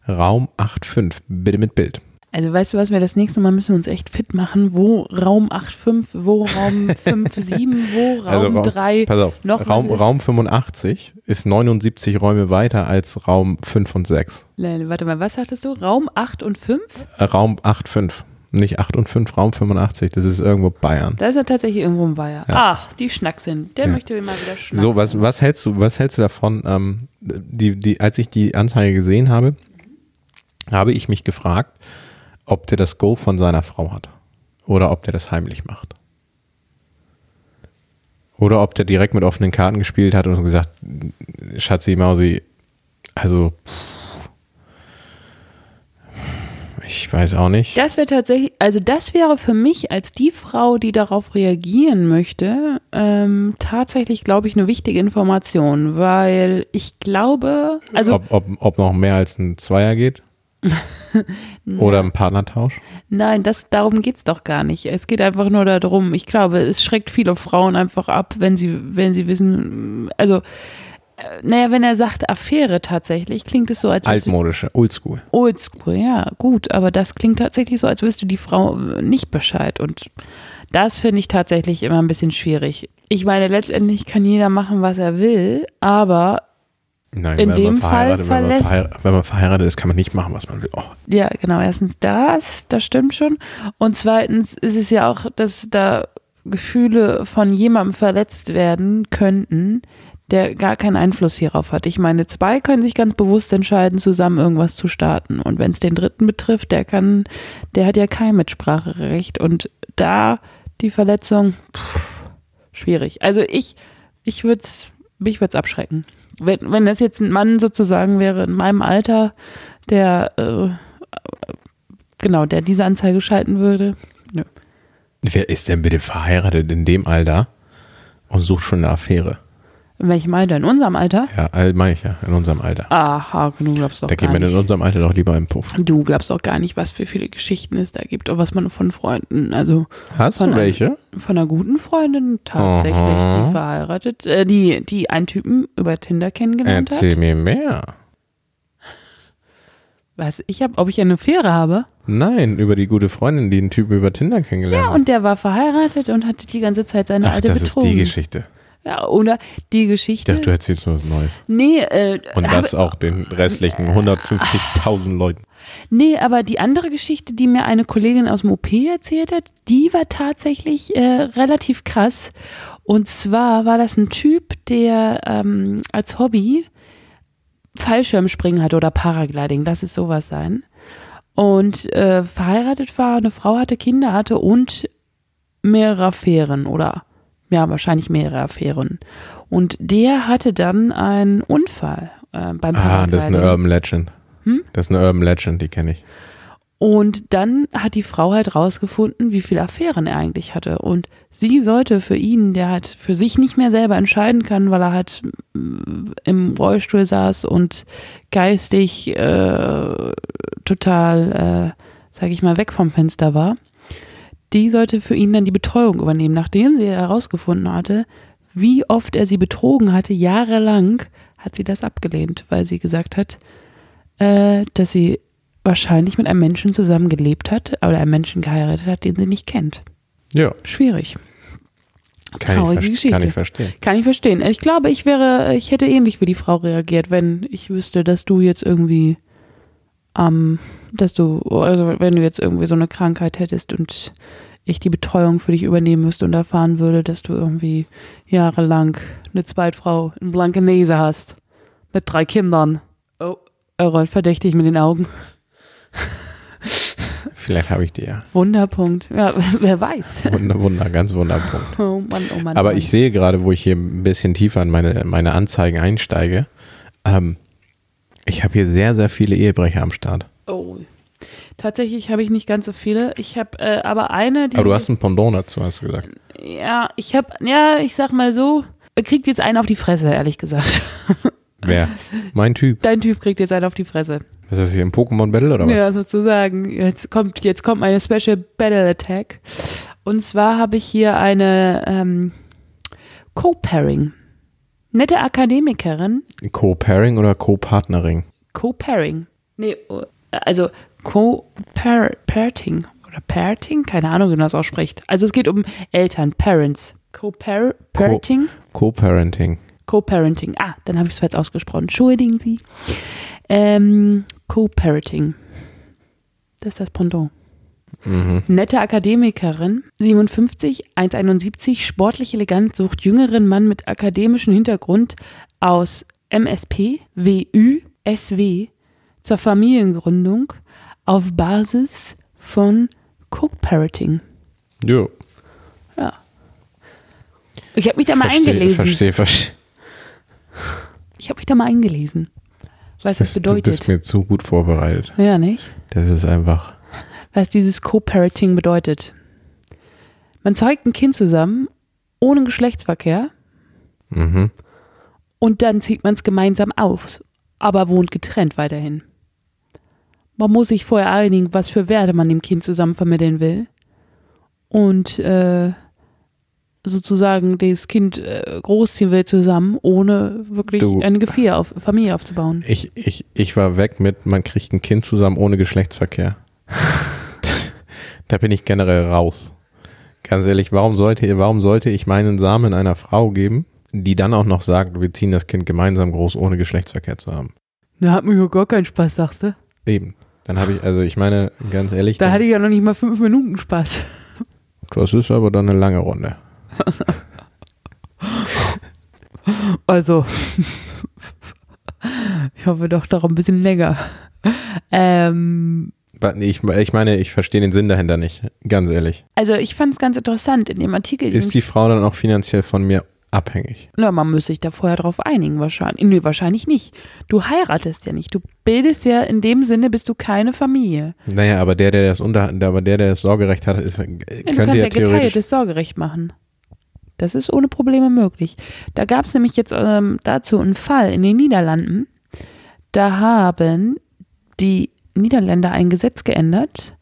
S3: Raum 8.5, bitte mit Bild.
S2: Also weißt du was, wir das nächste Mal müssen wir uns echt fit machen. Wo Raum 8,5, wo Raum 5,7, wo Raum 3.
S3: Also pass auf,
S2: noch
S3: Raum,
S2: was ist-
S3: Raum 85 ist 79 Räume weiter als Raum 5 und 6.
S2: Nein, warte mal, was sagtest du? Raum 8 und 5?
S3: Äh, Raum 8.5, nicht 8 und 5, Raum 85, das ist irgendwo Bayern.
S2: Da ist ja tatsächlich irgendwo ein Weiher. Ach, die Schnacksen. Der
S3: Ja.
S2: möchte mir mal wieder schnacksen.
S3: So, was, was hältst du, was hältst du davon? Ähm, die, die, als ich die Anzeige gesehen habe, habe ich mich gefragt, ob der das Go von seiner Frau hat. Oder ob der das heimlich macht. Oder ob der direkt mit offenen Karten gespielt hat und gesagt, Schatzi Mausi, also pff, Ich weiß auch nicht.
S2: Das wäre tatsächlich, also das wäre für mich als die Frau, die darauf reagieren möchte, ähm, tatsächlich, glaube ich, eine wichtige Information, weil ich glaube, also
S3: ob, ob, ob noch mehr als ein Zweier geht? Oder ein Partnertausch?
S2: nein, das, darum geht's doch gar nicht. Es geht einfach nur darum, ich glaube, es schreckt viele Frauen einfach ab, wenn sie, wenn sie wissen, also, äh, naja, wenn er sagt Affäre tatsächlich, klingt es so, als wüsste-
S3: Altmodische, oldschool.
S2: Oldschool, ja, gut, aber das klingt tatsächlich so, als wüsste die Frau äh, nicht Bescheid. Und das finde ich tatsächlich immer ein bisschen schwierig. Ich meine, letztendlich kann jeder machen, was er will, aber
S3: Nein,
S2: In dem Fall
S3: verheiratet, wenn, man
S2: verlässt-
S3: verheiratet, wenn man verheiratet ist, kann man nicht machen, was man will. Oh,
S2: ja, genau, erstens das, das stimmt schon. Und zweitens ist es ja auch, dass da Gefühle von jemandem verletzt werden könnten, der gar keinen Einfluss hierauf hat. Ich meine, zwei können sich ganz bewusst entscheiden, zusammen irgendwas zu starten. Und wenn es den dritten betrifft, der kann, der hat ja kein Mitspracherecht. Und da die Verletzung, pff, schwierig. Also ich, ich würde es, mich würde es abschrecken. Wenn, wenn das jetzt ein Mann sozusagen wäre in meinem Alter, der äh, genau, der diese Anzeige schalten würde. Nö.
S3: Wer ist denn bitte verheiratet in dem Alter und sucht schon eine Affäre?
S2: In welchem Alter? In unserem Alter?
S3: Ja, all- meine ich ja, in unserem Alter.
S2: Aha, du glaubst doch
S3: da geht
S2: gar
S3: man in
S2: nicht.
S3: unserem Alter doch lieber im Puff.
S2: Du glaubst auch gar nicht, was für viele Geschichten es da gibt und was man von Freunden, also
S3: Hast
S2: Von
S3: du
S2: einem-
S3: welche?
S2: von einer guten Freundin tatsächlich,
S3: Aha.
S2: die verheiratet, äh, die, die einen Typen über Tinder kennengelernt
S3: Erzähl
S2: hat.
S3: mir mehr.
S2: Was ich habe, ob ich eine Fähre habe.
S3: Nein, über die gute Freundin, die einen Typen über Tinder kennengelernt
S2: Ja, und der war verheiratet und hatte die ganze Zeit seine
S3: Ach,
S2: alte
S3: das ist
S2: betrogen.
S3: die Geschichte.
S2: Ja, oder die
S3: Ich dachte, du
S2: Geschichte.
S3: erzählst nur was Neues.
S2: Nee, äh,
S3: Und das auch den restlichen 150.000 Leuten.
S2: Nee, aber die andere Geschichte, die mir eine Kollegin aus dem OP erzählt hat, die war tatsächlich äh, relativ krass. Und zwar war das ein Typ, der ähm, als Hobby Fallschirmspringen hatte oder Paragliding, lass es sowas sein. Und äh, verheiratet war, eine Frau hatte Kinder hatte und mehrere Affären oder ja, wahrscheinlich mehrere Affären. Und der hatte dann einen Unfall äh, beim Paragliding.
S3: Ah, das ist eine Urban Legend.
S2: Hm?
S3: Das ist eine Urban Legend, die kenne ich.
S2: Und dann hat die Frau halt rausgefunden, wie viele Affären er eigentlich hatte. Und sie sollte für ihn, der halt für sich nicht mehr selber entscheiden kann, weil er halt mm, im Rollstuhl saß und geistig äh, total, äh, sag ich mal, weg vom Fenster war, die sollte für ihn dann die Betreuung übernehmen, nachdem sie herausgefunden hatte, wie oft er sie betrogen hatte, jahrelang, hat sie das abgelehnt, weil sie gesagt hat, äh, dass sie wahrscheinlich mit einem Menschen zusammen gelebt hat oder einen Menschen geheiratet hat, den sie nicht kennt.
S3: Ja,
S2: Schwierig.
S3: kann,
S2: Traurige
S3: ich, verste-
S2: Geschichte.
S3: kann ich verstehen.
S2: Kann ich verstehen. Ich glaube, ich wäre, ich hätte ähnlich wie die Frau reagiert, wenn ich wüsste, dass du jetzt irgendwie, ähm, dass du, also wenn du jetzt irgendwie so eine Krankheit hättest und ich die Betreuung für dich übernehmen müsste und erfahren würde, dass du irgendwie jahrelang eine Zweitfrau in Blankenese hast. Mit drei Kindern. Oh, er rollt verdächtig mit den Augen.
S3: Vielleicht habe ich die ja.
S2: Wunderpunkt. Ja, wer weiß.
S3: Wunder, Wunder, ganz Wunderpunkt.
S2: Oh Mann, oh Mann.
S3: Aber
S2: oh Mann.
S3: ich sehe gerade, wo ich hier ein bisschen tiefer in meine, meine Anzeigen einsteige, ähm, ich habe hier sehr, sehr viele Ehebrecher am Start.
S2: Oh. Tatsächlich habe ich nicht ganz so viele. Ich habe äh, aber eine, die.
S3: Aber du hast ein Pendant dazu, hast du gesagt.
S2: Ja, ich habe. Ja, ich sag mal so. er Kriegt jetzt einen auf die Fresse, ehrlich gesagt.
S3: Wer? Mein Typ.
S2: Dein Typ kriegt jetzt einen auf die Fresse.
S3: Was ist das hier, im Pokémon Battle oder was?
S2: Ja, sozusagen. Jetzt kommt, jetzt kommt meine Special Battle Attack. Und zwar habe ich hier eine ähm, Co-Pairing. Nette Akademikerin.
S3: Co-Pairing oder Co-Partnering?
S2: Co-Pairing. Nee, oh, also Co-Parenting oder Parenting, keine Ahnung, wie man das ausspricht. Also es geht um Eltern, Parents. Co-Parenting?
S3: Co-Parenting.
S2: Co-Parenting. ah, dann habe ich es falsch ausgesprochen. Entschuldigen Sie. Ähm, Co-Parenting. Das ist das Pendant.
S3: Mhm.
S2: Nette Akademikerin, 57, 1,71, sportlich elegant, sucht jüngeren Mann mit akademischem Hintergrund aus MSP, WÜ, SW zur Familiengründung auf Basis von Co-Parenting.
S3: Jo.
S2: Ich habe mich da mal
S3: verstehe,
S2: eingelesen.
S3: Verstehe, verstehe.
S2: Ich habe mich da mal eingelesen. Was das
S3: Du bist
S2: bedeutet.
S3: mir zu gut vorbereitet.
S2: Ja, nicht?
S3: Das ist einfach
S2: was dieses Co-Parenting bedeutet. Man zeugt ein Kind zusammen, ohne Geschlechtsverkehr,
S3: Mhm.
S2: und dann zieht man es gemeinsam auf, aber wohnt getrennt weiterhin. Man muss sich vorher einigen, was für Werte man dem Kind zusammen vermitteln will. Und äh, sozusagen das Kind äh, großziehen will zusammen, ohne wirklich
S3: Du.
S2: eine Gefier auf, Familie aufzubauen.
S3: Ich, ich, ich war weg mit, man kriegt ein Kind zusammen ohne Geschlechtsverkehr. da bin ich generell raus. Ganz ehrlich, warum sollte, warum sollte ich meinen Samen einer Frau geben, die dann auch noch sagt, wir ziehen das Kind gemeinsam groß, ohne Geschlechtsverkehr zu haben?
S2: Da hat mir ja gar keinen Spaß, sagst du?
S3: Eben. Dann habe ich, also ich meine, ganz ehrlich,
S2: Da
S3: dann,
S2: hatte ich ja noch nicht mal fünf Minuten Spaß.
S3: das ist aber dann eine lange Runde.
S2: Also, ich hoffe doch noch ein bisschen länger. Ähm,
S3: Wa- nee, Ich, ich meine, ich verstehe den Sinn dahinter nicht, ganz ehrlich.
S2: also ich fand es ganz interessant in dem Artikel. den
S3: Ist die Frau dann auch finanziell von mir abhängig?
S2: Na, man müsste sich da vorher drauf einigen, wahrscheinlich. Nee, wahrscheinlich nicht. Du heiratest ja nicht. Du bildest ja in dem Sinne, bist du keine Familie.
S3: Naja, aber der, der das unter, aber der, der das Sorgerecht hat, ist,
S2: Ja, du
S3: könnte
S2: kannst ja
S3: ja theoretisch
S2: geteiltes Sorgerecht machen. Das ist ohne Probleme möglich. Da gab es nämlich jetzt ähm, dazu einen Fall in den Niederlanden. Da haben die Niederländer ein Gesetz geändert,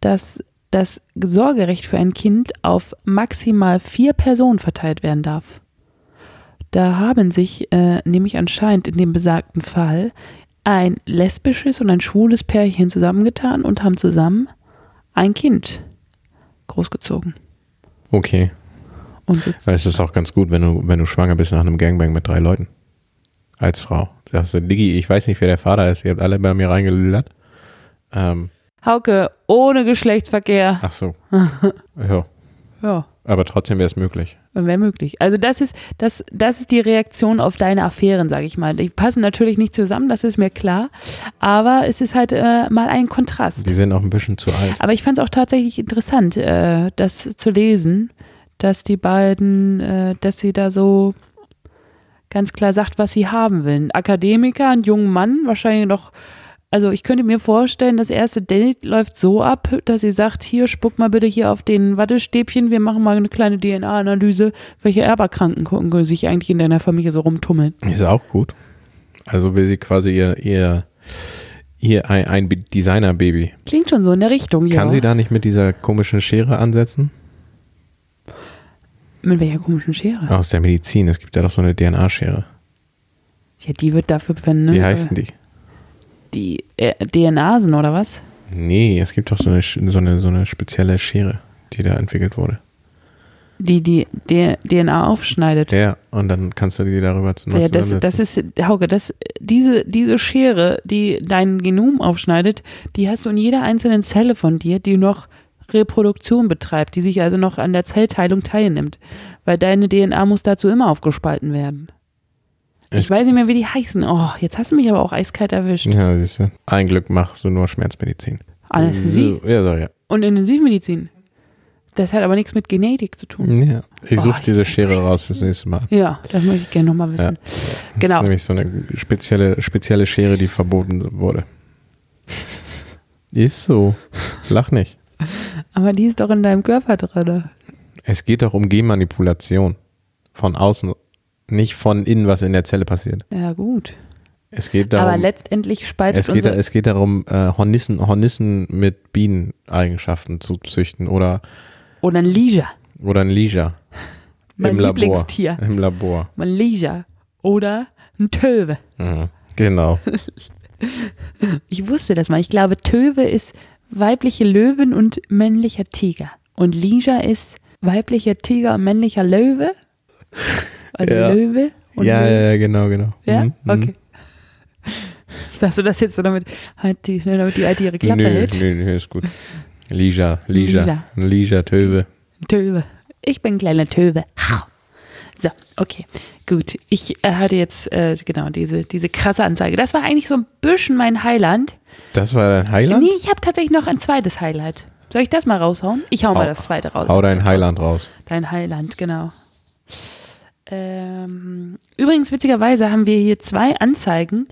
S2: dass das Sorgerecht für ein Kind auf maximal vier Personen verteilt werden darf. Da haben sich äh, nämlich anscheinend in dem besagten Fall ein lesbisches und ein schwules Pärchen zusammengetan und haben zusammen ein Kind großgezogen.
S3: Okay.
S2: Und ge-
S3: Es ist auch ganz gut, wenn du, wenn du schwanger bist nach einem Gangbang mit drei Leuten. Als Frau. Sagst du, Diggi, ich weiß nicht, wer der Vater ist, ihr habt alle bei mir reingelüllert. Ähm,
S2: Hauke, ohne Geschlechtsverkehr.
S3: ach so. ja,
S2: Ja,
S3: aber trotzdem wäre es möglich.
S2: wäre möglich. Also das ist, das, das ist die Reaktion auf deine Affären, sage ich mal. Die passen natürlich nicht zusammen, das ist mir klar. Aber es ist halt äh, mal ein Kontrast.
S3: Die sind auch ein bisschen zu alt.
S2: Aber ich fand es auch tatsächlich interessant, äh, das zu lesen, dass die beiden, äh, dass sie da so ganz klar sagt, was sie haben will. Ein Akademiker, einen jungen Mann, wahrscheinlich noch. Also ich könnte mir vorstellen, das erste Date läuft so ab, dass sie sagt, hier spuck mal bitte hier auf den Wattestäbchen, wir machen mal eine kleine DNA-Analyse, welche Erberkranken gucken sich eigentlich in deiner Familie so rumtummeln.
S3: Ist auch gut. Also will sie quasi ihr, ihr, ihr ein, ein Designer-Baby.
S2: Klingt schon so in der Richtung, ja.
S3: Kann sie da nicht mit dieser komischen Schere ansetzen?
S2: Mit welcher komischen Schere? Ja,
S3: Aus der Medizin. Es gibt ja doch so eine DNA-Schere.
S2: die wird dafür verwendet. äh,
S3: Wie heißen die?
S2: die äh, DNAsen oder was?
S3: Nee, es gibt doch so eine, Sch- so eine, so eine spezielle Schere, die da entwickelt wurde.
S2: Die die D DNA aufschneidet.
S3: Ja, und dann kannst du die darüber zu
S2: Ja, das, das ist, Hauke, das, diese, diese Schere, die dein Genom aufschneidet, die hast du in jeder einzelnen Zelle von dir, die noch Reproduktion betreibt, die sich also noch an der Zellteilung teilnimmt. Weil deine DNA muss dazu immer aufgespalten werden. Ich
S3: Es-
S2: weiß nicht mehr, wie die heißen. Oh, jetzt hast du mich aber auch eiskalt erwischt. Ah,
S3: ja, siehst du. Ein Glück machst du nur Schmerzmedizin. äh,
S2: Anästhesie
S3: So, ja, so, ja.
S2: und Intensivmedizin. Das hat aber nichts mit Genetik zu tun.
S3: ja. Ich
S2: Oh,
S3: suche
S2: ich
S3: diese
S2: bin
S3: Schere
S2: bescheuert.
S3: raus fürs nächste Mal.
S2: Ja, das möchte ich gerne nochmal wissen.
S3: Das ist
S2: genau.
S3: nämlich so eine spezielle, spezielle Schere, die verboten wurde. Ist so. Lach nicht.
S2: Aber die ist doch in deinem Körper drin.
S3: Es geht doch um Genmanipulation. Von außen. Nicht von innen, was in der Zelle passiert.
S2: Ja, gut.
S3: Es geht
S2: Aber
S3: darum,
S2: letztendlich spaltet
S3: es geht,
S2: unser,
S3: es geht darum äh, Hornissen, Hornissen mit Bieneneigenschaften zu züchten oder,
S2: oder ein Leisure.
S3: oder ein Leisure.
S2: Mein
S3: Im Labor.
S2: Lieblingstier.
S3: Im Labor.
S2: Mein Leisure. Oder ein Töwe.
S3: Mhm. Genau.
S2: Ich wusste das mal. Ich glaube, Töwe ist weibliche Löwen und männlicher Tiger. Und Leisure ist weiblicher Tiger und männlicher Löwe. Also
S3: Ja.
S2: Löwe und
S3: ja,
S2: Löwe.
S3: ja, ja, genau, genau.
S2: Ja?
S3: Mhm, mhm.
S2: Okay. Sagst du das jetzt so, damit, halt die, damit die alte ihre Klappe
S3: nö,
S2: hält?
S3: nö, nö, ist gut. Lija, Lija,
S2: Lila.
S3: Lija Töwe.
S2: Töwe. Ich bin kleiner Töwe. Hau. So, okay, gut. Ich äh, hatte jetzt äh, genau diese, diese krasse Anzeige. Das war eigentlich so ein bisschen mein Highlight.
S3: Das war dein Highland?
S2: Nee, ich habe tatsächlich noch ein zweites Highlight. Soll ich das mal raushauen? Ich hau
S3: Hau-
S2: mal das zweite raus.
S3: Hau dein Highland raus.
S2: Dein Highland, genau. Ähm, übrigens, witzigerweise haben wir hier zwei Anzeigen.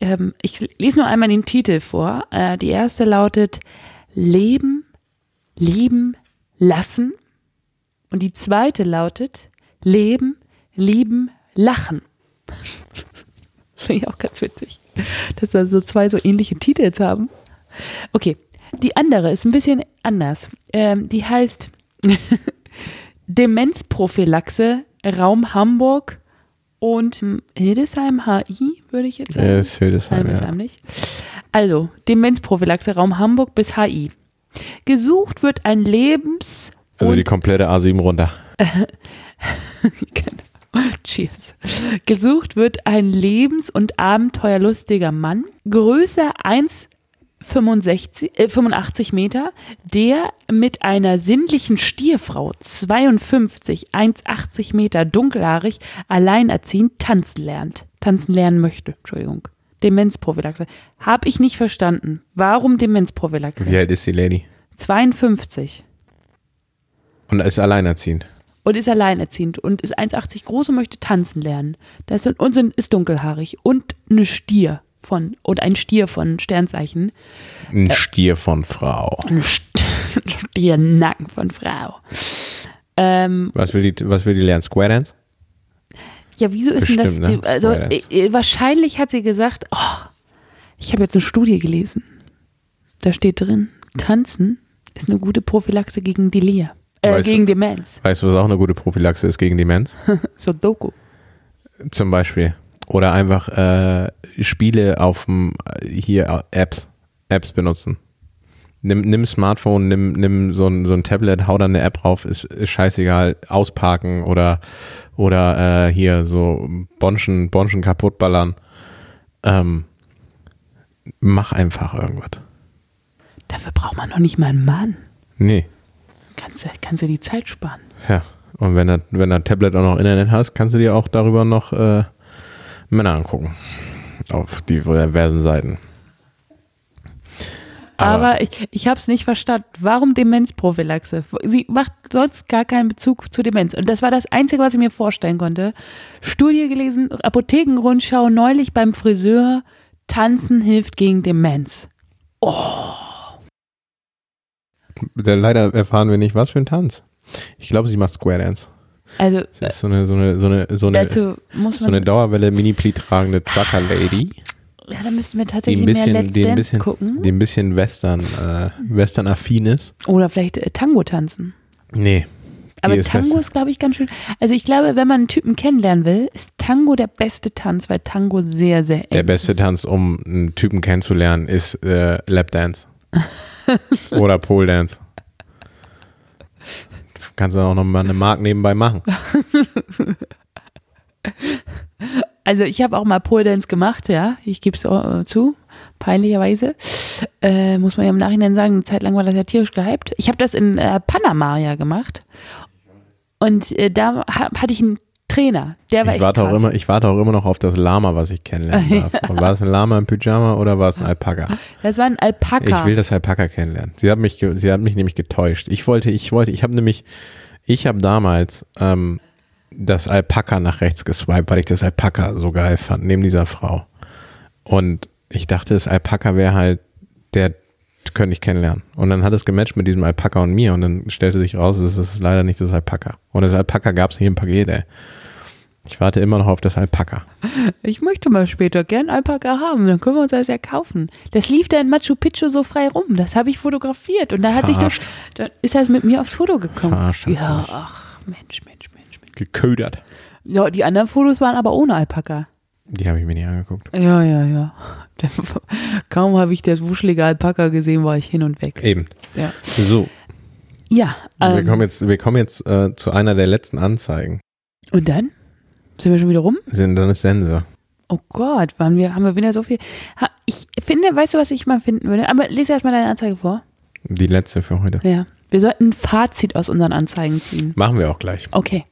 S2: Ähm, ich lese nur einmal den Titel vor. Äh, die erste lautet Leben, lieben, lassen. Und die zweite lautet Leben, lieben, lachen. Finde ich auch ganz witzig, dass wir so zwei so ähnliche Titel jetzt haben. Okay, die andere ist ein bisschen anders. Ähm, die heißt Demenzprophylaxe Raum Hamburg und hm, Hildesheim HI, würde ich jetzt sagen.
S3: Ja, ist Hildesheim,
S2: Nein,
S3: ja.
S2: ist einem nicht. Also, Demenzprophylaxe Raum Hamburg bis HI. Gesucht wird ein Lebens-
S3: Also
S2: und
S3: die komplette A7 runter.
S2: Genau. Cheers. Gesucht wird ein lebens- und abenteuerlustiger Mann, Größe 1,65 äh, 85 Meter, der mit einer sinnlichen Stierfrau 52, 1,80 Meter, dunkelhaarig, alleinerziehend tanzen lernt. Tanzen lernen möchte, Entschuldigung. Demenzprophylaxe. Hab ich nicht verstanden. Warum Demenzprophylaxe?
S3: Wie alt ist die Lady?
S2: 52.
S3: Und ist alleinerziehend.
S2: und ist alleinerziehend und ist 1,80 groß und möchte tanzen lernen. Das ist, und sind, ist dunkelhaarig und eine Stier von und ein Stier von Sternzeichen.
S3: Ein Stier von Frau.
S2: Ein St- Stiernacken von Frau. Ähm,
S3: Was will die, was will die lernen? Square Dance?
S2: ja, wieso ist denn
S3: Bestimmt,
S2: das?
S3: ne?
S2: Also
S3: Spoiler jetzt.
S2: äh, äh, wahrscheinlich hat sie gesagt, oh, ich habe jetzt eine Studie gelesen. Da steht drin, Tanzen ist eine gute Prophylaxe gegen Delir, äh,
S3: Weißt du-
S2: gegen Demenz.
S3: Weißt du, was auch eine gute Prophylaxe ist gegen Demenz?
S2: So Doku.
S3: Zum Beispiel. Oder einfach äh, Spiele auf dem, hier äh, Apps, Apps benutzen. Nimm, nimm Smartphone, nimm, nimm so, ein, so ein Tablet, hau dann eine App rauf, ist, ist scheißegal, ausparken oder, oder äh, hier so Bonschen, Bonschen kaputtballern. Ähm, mach einfach irgendwas.
S2: Dafür braucht man noch nicht mal einen Mann.
S3: Nee,
S2: Kannst du kannst du die Zeit sparen.
S3: ja. Und wenn du wenn du ein Tablet auch noch Internet hast, kannst du dir auch darüber noch äh, Männer angucken. Auf diversen Seiten.
S2: Aber, ich, ich habe es nicht verstanden. Warum Demenzprophylaxe? Sie macht sonst gar keinen Bezug zu Demenz. Und das war das Einzige, was ich mir vorstellen konnte. Studie gelesen, Apothekenrundschau, neulich beim Friseur. Tanzen hilft gegen Demenz. Oh.
S3: Da Leider erfahren wir nicht, was für ein Tanz. Ich glaube, sie macht Square Dance.
S2: Also
S3: Das ist so eine, so eine, so eine, so eine, so
S2: dazu muss man,
S3: eine Dauerwelle mini pli tragende Trucker Lady,
S2: ja, da müssten wir
S3: die ein
S2: tatsächlich mehr
S3: bisschen,
S2: Let's
S3: die ein
S2: Dance
S3: bisschen,
S2: gucken.
S3: die ein bisschen Western, äh, Western-affin ist.
S2: Oder vielleicht äh, Tango tanzen.
S3: Nee. Die
S2: Aber
S3: ist
S2: Tango
S3: Western.
S2: ist, glaube ich, ganz schön. Also ich glaube, wenn man einen Typen kennenlernen will, ist Tango der beste Tanz, weil Tango sehr, sehr eng
S3: Der beste
S2: ist.
S3: Tanz, um einen Typen kennenzulernen, ist äh, Lapdance. Oder Pole Dance. Kannst du auch noch mal eine Mark nebenbei machen.
S2: Also ich habe auch mal Pole Dance gemacht, ja. Ich gebe es äh, zu, peinlicherweise. Äh, muss man ja im Nachhinein sagen, eine Zeit lang war das ja tierisch gehypt. Ich habe das in äh, Panama ja gemacht. Und äh, da ha hatte ich einen Trainer, der war
S3: Ich
S2: echt
S3: warte,
S2: krass.
S3: auch immer, ich warte auch immer noch auf das Lama, was ich kennenlernen darf. War das ein Lama im Pyjama oder war es ein Alpaka?
S2: Das war ein Alpaka.
S3: Ich will das Alpaka kennenlernen. Sie hat mich, ge- sie hat mich nämlich getäuscht. Ich wollte, ich wollte, ich habe nämlich, ich habe damals ähm, das Alpaka nach rechts geswiped, weil ich das Alpaka so geil fand, neben dieser Frau. Und ich dachte, das Alpaka wäre halt, der könnte ich kennenlernen. Und dann hat es gematcht mit diesem Alpaka und mir und dann stellte sich raus, es ist leider nicht das Alpaka. Und das Alpaka gab es nicht im Paket, ey. Ich warte immer noch auf das Alpaka.
S2: Ich möchte mal später gern Alpaka haben, dann können wir uns das ja kaufen. Das lief da in Machu Picchu so frei rum, das habe ich fotografiert und da hat sich das,
S3: Verarscht.
S2: da ist das mit mir aufs Foto gekommen.
S3: Verarscht hast du
S2: ja,
S3: mich.
S2: ach, Mensch, Mensch, Mensch, Mensch.
S3: Geködert.
S2: Ja, die anderen Fotos waren aber ohne Alpaka.
S3: Die habe ich mir nicht angeguckt.
S2: Ja, ja, ja. Das war- Kaum habe ich das wuschelige Alpaka gesehen, war ich hin und weg.
S3: Eben.
S2: Ja,
S3: So,
S2: ja
S3: Also wir
S2: ähm,
S3: kommen jetzt, wir kommen jetzt äh, zu einer der letzten Anzeigen.
S2: und dann sind wir schon wieder rum.
S3: Sind dann ist Sense.
S2: Oh Gott, waren wir, haben wir wieder so viel. Ha, ich finde, weißt du, was ich mal finden würde? Aber lese erst mal deine Anzeige vor.
S3: Die letzte für heute.
S2: Ja. Wir sollten ein Fazit aus unseren Anzeigen ziehen.
S3: Machen wir auch gleich.
S2: Okay.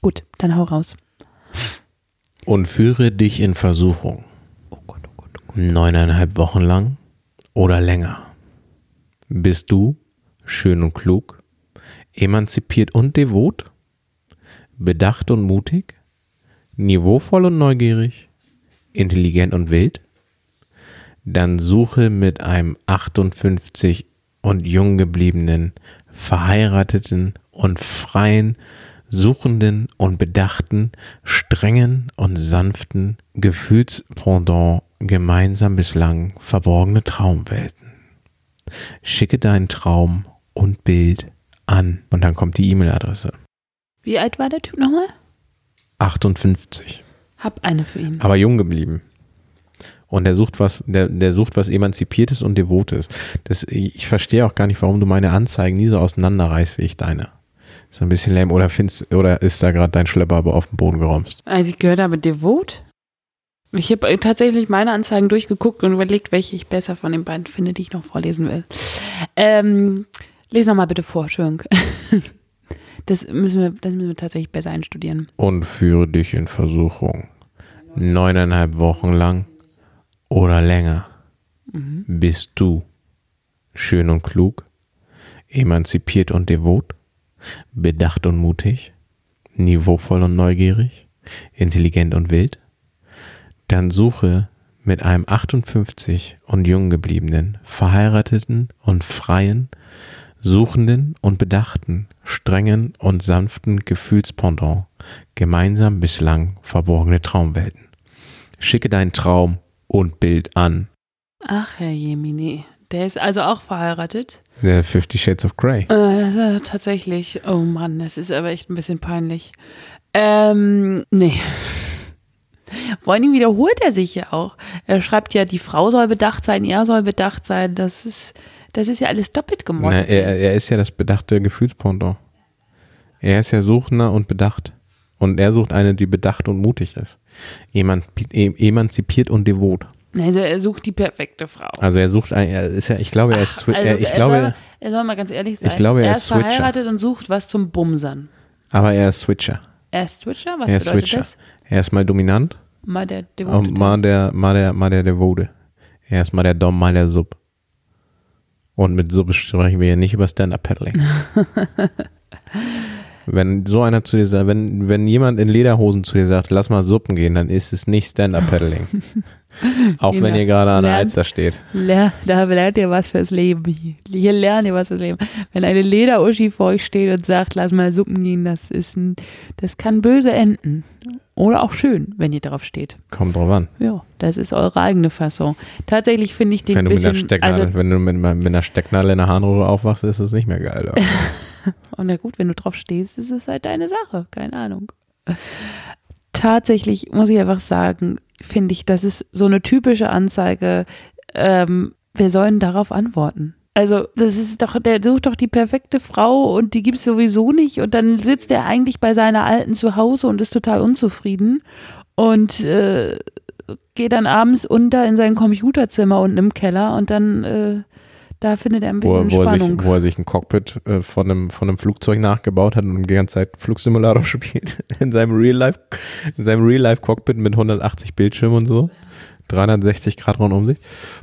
S2: Gut, dann hau raus.
S3: Und führe dich in Versuchung.
S2: Oh Gott, oh Gott, oh Gott.
S3: Neuneinhalb Wochen lang oder länger. Bist du schön und klug, emanzipiert und devot, bedacht und mutig, niveauvoll und neugierig, intelligent und wild? Dann suche mit einem 58 und jung gebliebenen, verheirateten und freien, suchenden und bedachten, strengen und sanften Gefühlspendant gemeinsam bislang verborgene Traumwelten. Schicke deinen Traum und Bild an. Und dann kommt die E-Mail-Adresse.
S2: Wie alt war der Typ nochmal?
S3: 58.
S2: Hab eine für ihn.
S3: aber jung geblieben. Und der sucht was, der, der sucht was Emanzipiertes und Devotes. Das, ich verstehe auch gar nicht, warum du meine Anzeigen nie so auseinanderreißt wie ich deine. Ist ein bisschen lame. Oder findest, oder ist da gerade dein Schlepper aber auf den Boden geräumst?
S2: Als Also ich gehört habe, devot. Ich habe tatsächlich meine Anzeigen durchgeguckt und überlegt, welche ich besser von den beiden finde, die ich noch vorlesen will. Ähm, lese nochmal bitte vor, Schönk. Das müssen, wir, das müssen wir tatsächlich besser einstudieren.
S3: Und führe dich in Versuchung. Neuneinhalb Wochen lang oder länger bist du schön und klug, emanzipiert und devot, bedacht und mutig, niveauvoll und neugierig, intelligent und wild, dann suche mit einem 58 und jung gebliebenen, verheirateten und freien, suchenden und bedachten, strengen und sanften Gefühlspendant, gemeinsam bislang verborgene Traumwelten. Schicke deinen Traum und Bild an.
S2: Ach, Herr Jemini. Der ist also auch verheiratet.
S3: Der Fifty Shades of Grey.
S2: Äh, das ist ja tatsächlich. Oh Mann, das ist aber echt ein bisschen peinlich. Ähm, nee. Vor allem wiederholt er sich ja auch. Er schreibt ja, die Frau soll bedacht sein, er soll bedacht sein. Das ist, das ist ja alles doppelt
S3: Na,
S2: gemordet.
S3: er, er ist ja das bedachte Gefühlspendant. Er ist ja suchender und bedacht. Und er sucht eine, die bedacht und mutig ist. Eman, e, emanzipiert und devot.
S2: also er sucht die perfekte Frau.
S3: Also er sucht ein, er ist ja, ich glaube, er ist, swi-
S2: Also
S3: er, ich
S2: er, soll,
S3: glaube,
S2: er soll mal ganz ehrlich sein.
S3: ich glaube, er
S2: er
S3: ist
S2: ist
S3: Switcher.
S2: verheiratet und sucht was zum Bumsern.
S3: aber er ist Switcher.
S2: Er ist Switcher? Was
S3: Er ist
S2: bedeutet
S3: Switcher. Oh
S2: das?
S3: Er ist mal dominant
S2: Mal der Devote.
S3: und mal der, mal der, mal der Devote. Er ist mal der Dom, mal der Sub. Und mit Sub sprechen wir ja nicht über Stand-Up-Paddling. wenn so einer zu dir sagt, wenn, wenn jemand in Lederhosen zu dir sagt, lass mal Suppen gehen, dann ist es nicht Stand-Up-Paddling. Auch wenn
S2: Genau.
S3: ihr gerade an der
S2: Lernt-
S3: Alster steht.
S2: Ler da lernt ihr was fürs Leben. Hier lernt ihr was fürs Leben. Wenn eine Lederuschi vor euch steht und sagt, lass mal Suppen gehen, das ist ein, das kann böse enden. Oder auch schön, wenn ihr drauf steht.
S3: Kommt drauf an.
S2: Ja, das ist eure eigene Fassung. Tatsächlich finde ich den
S3: Wenn du, mit einer,
S2: bisschen,
S3: Stecknadel,
S2: also,
S3: wenn du mit, mit einer Stecknadel in der Harnröhre aufwachst, ist es nicht mehr geil. oder?
S2: oh, na gut, wenn du drauf stehst, ist es halt deine Sache. Keine Ahnung. Tatsächlich muss ich einfach sagen, finde ich, das ist so eine typische Anzeige, ähm, wir sollen darauf antworten. Also, das ist doch, der sucht doch die perfekte Frau und die gibt's sowieso nicht. Und dann sitzt er eigentlich bei seiner Alten zu Hause und ist total unzufrieden und äh, geht dann abends unter in sein Computerzimmer unten im Keller und dann äh, da findet er ein
S3: wo,
S2: bisschen
S3: wo, er sich,
S2: Spannung.
S3: wo er sich ein Cockpit äh, von, einem, von einem Flugzeug nachgebaut hat und die ganze Zeit Flugsimulator spielt. In seinem Real-Life in seinem Real-Life-Cockpit mit 180 Bildschirmen und so. 360 Grad rund um sich.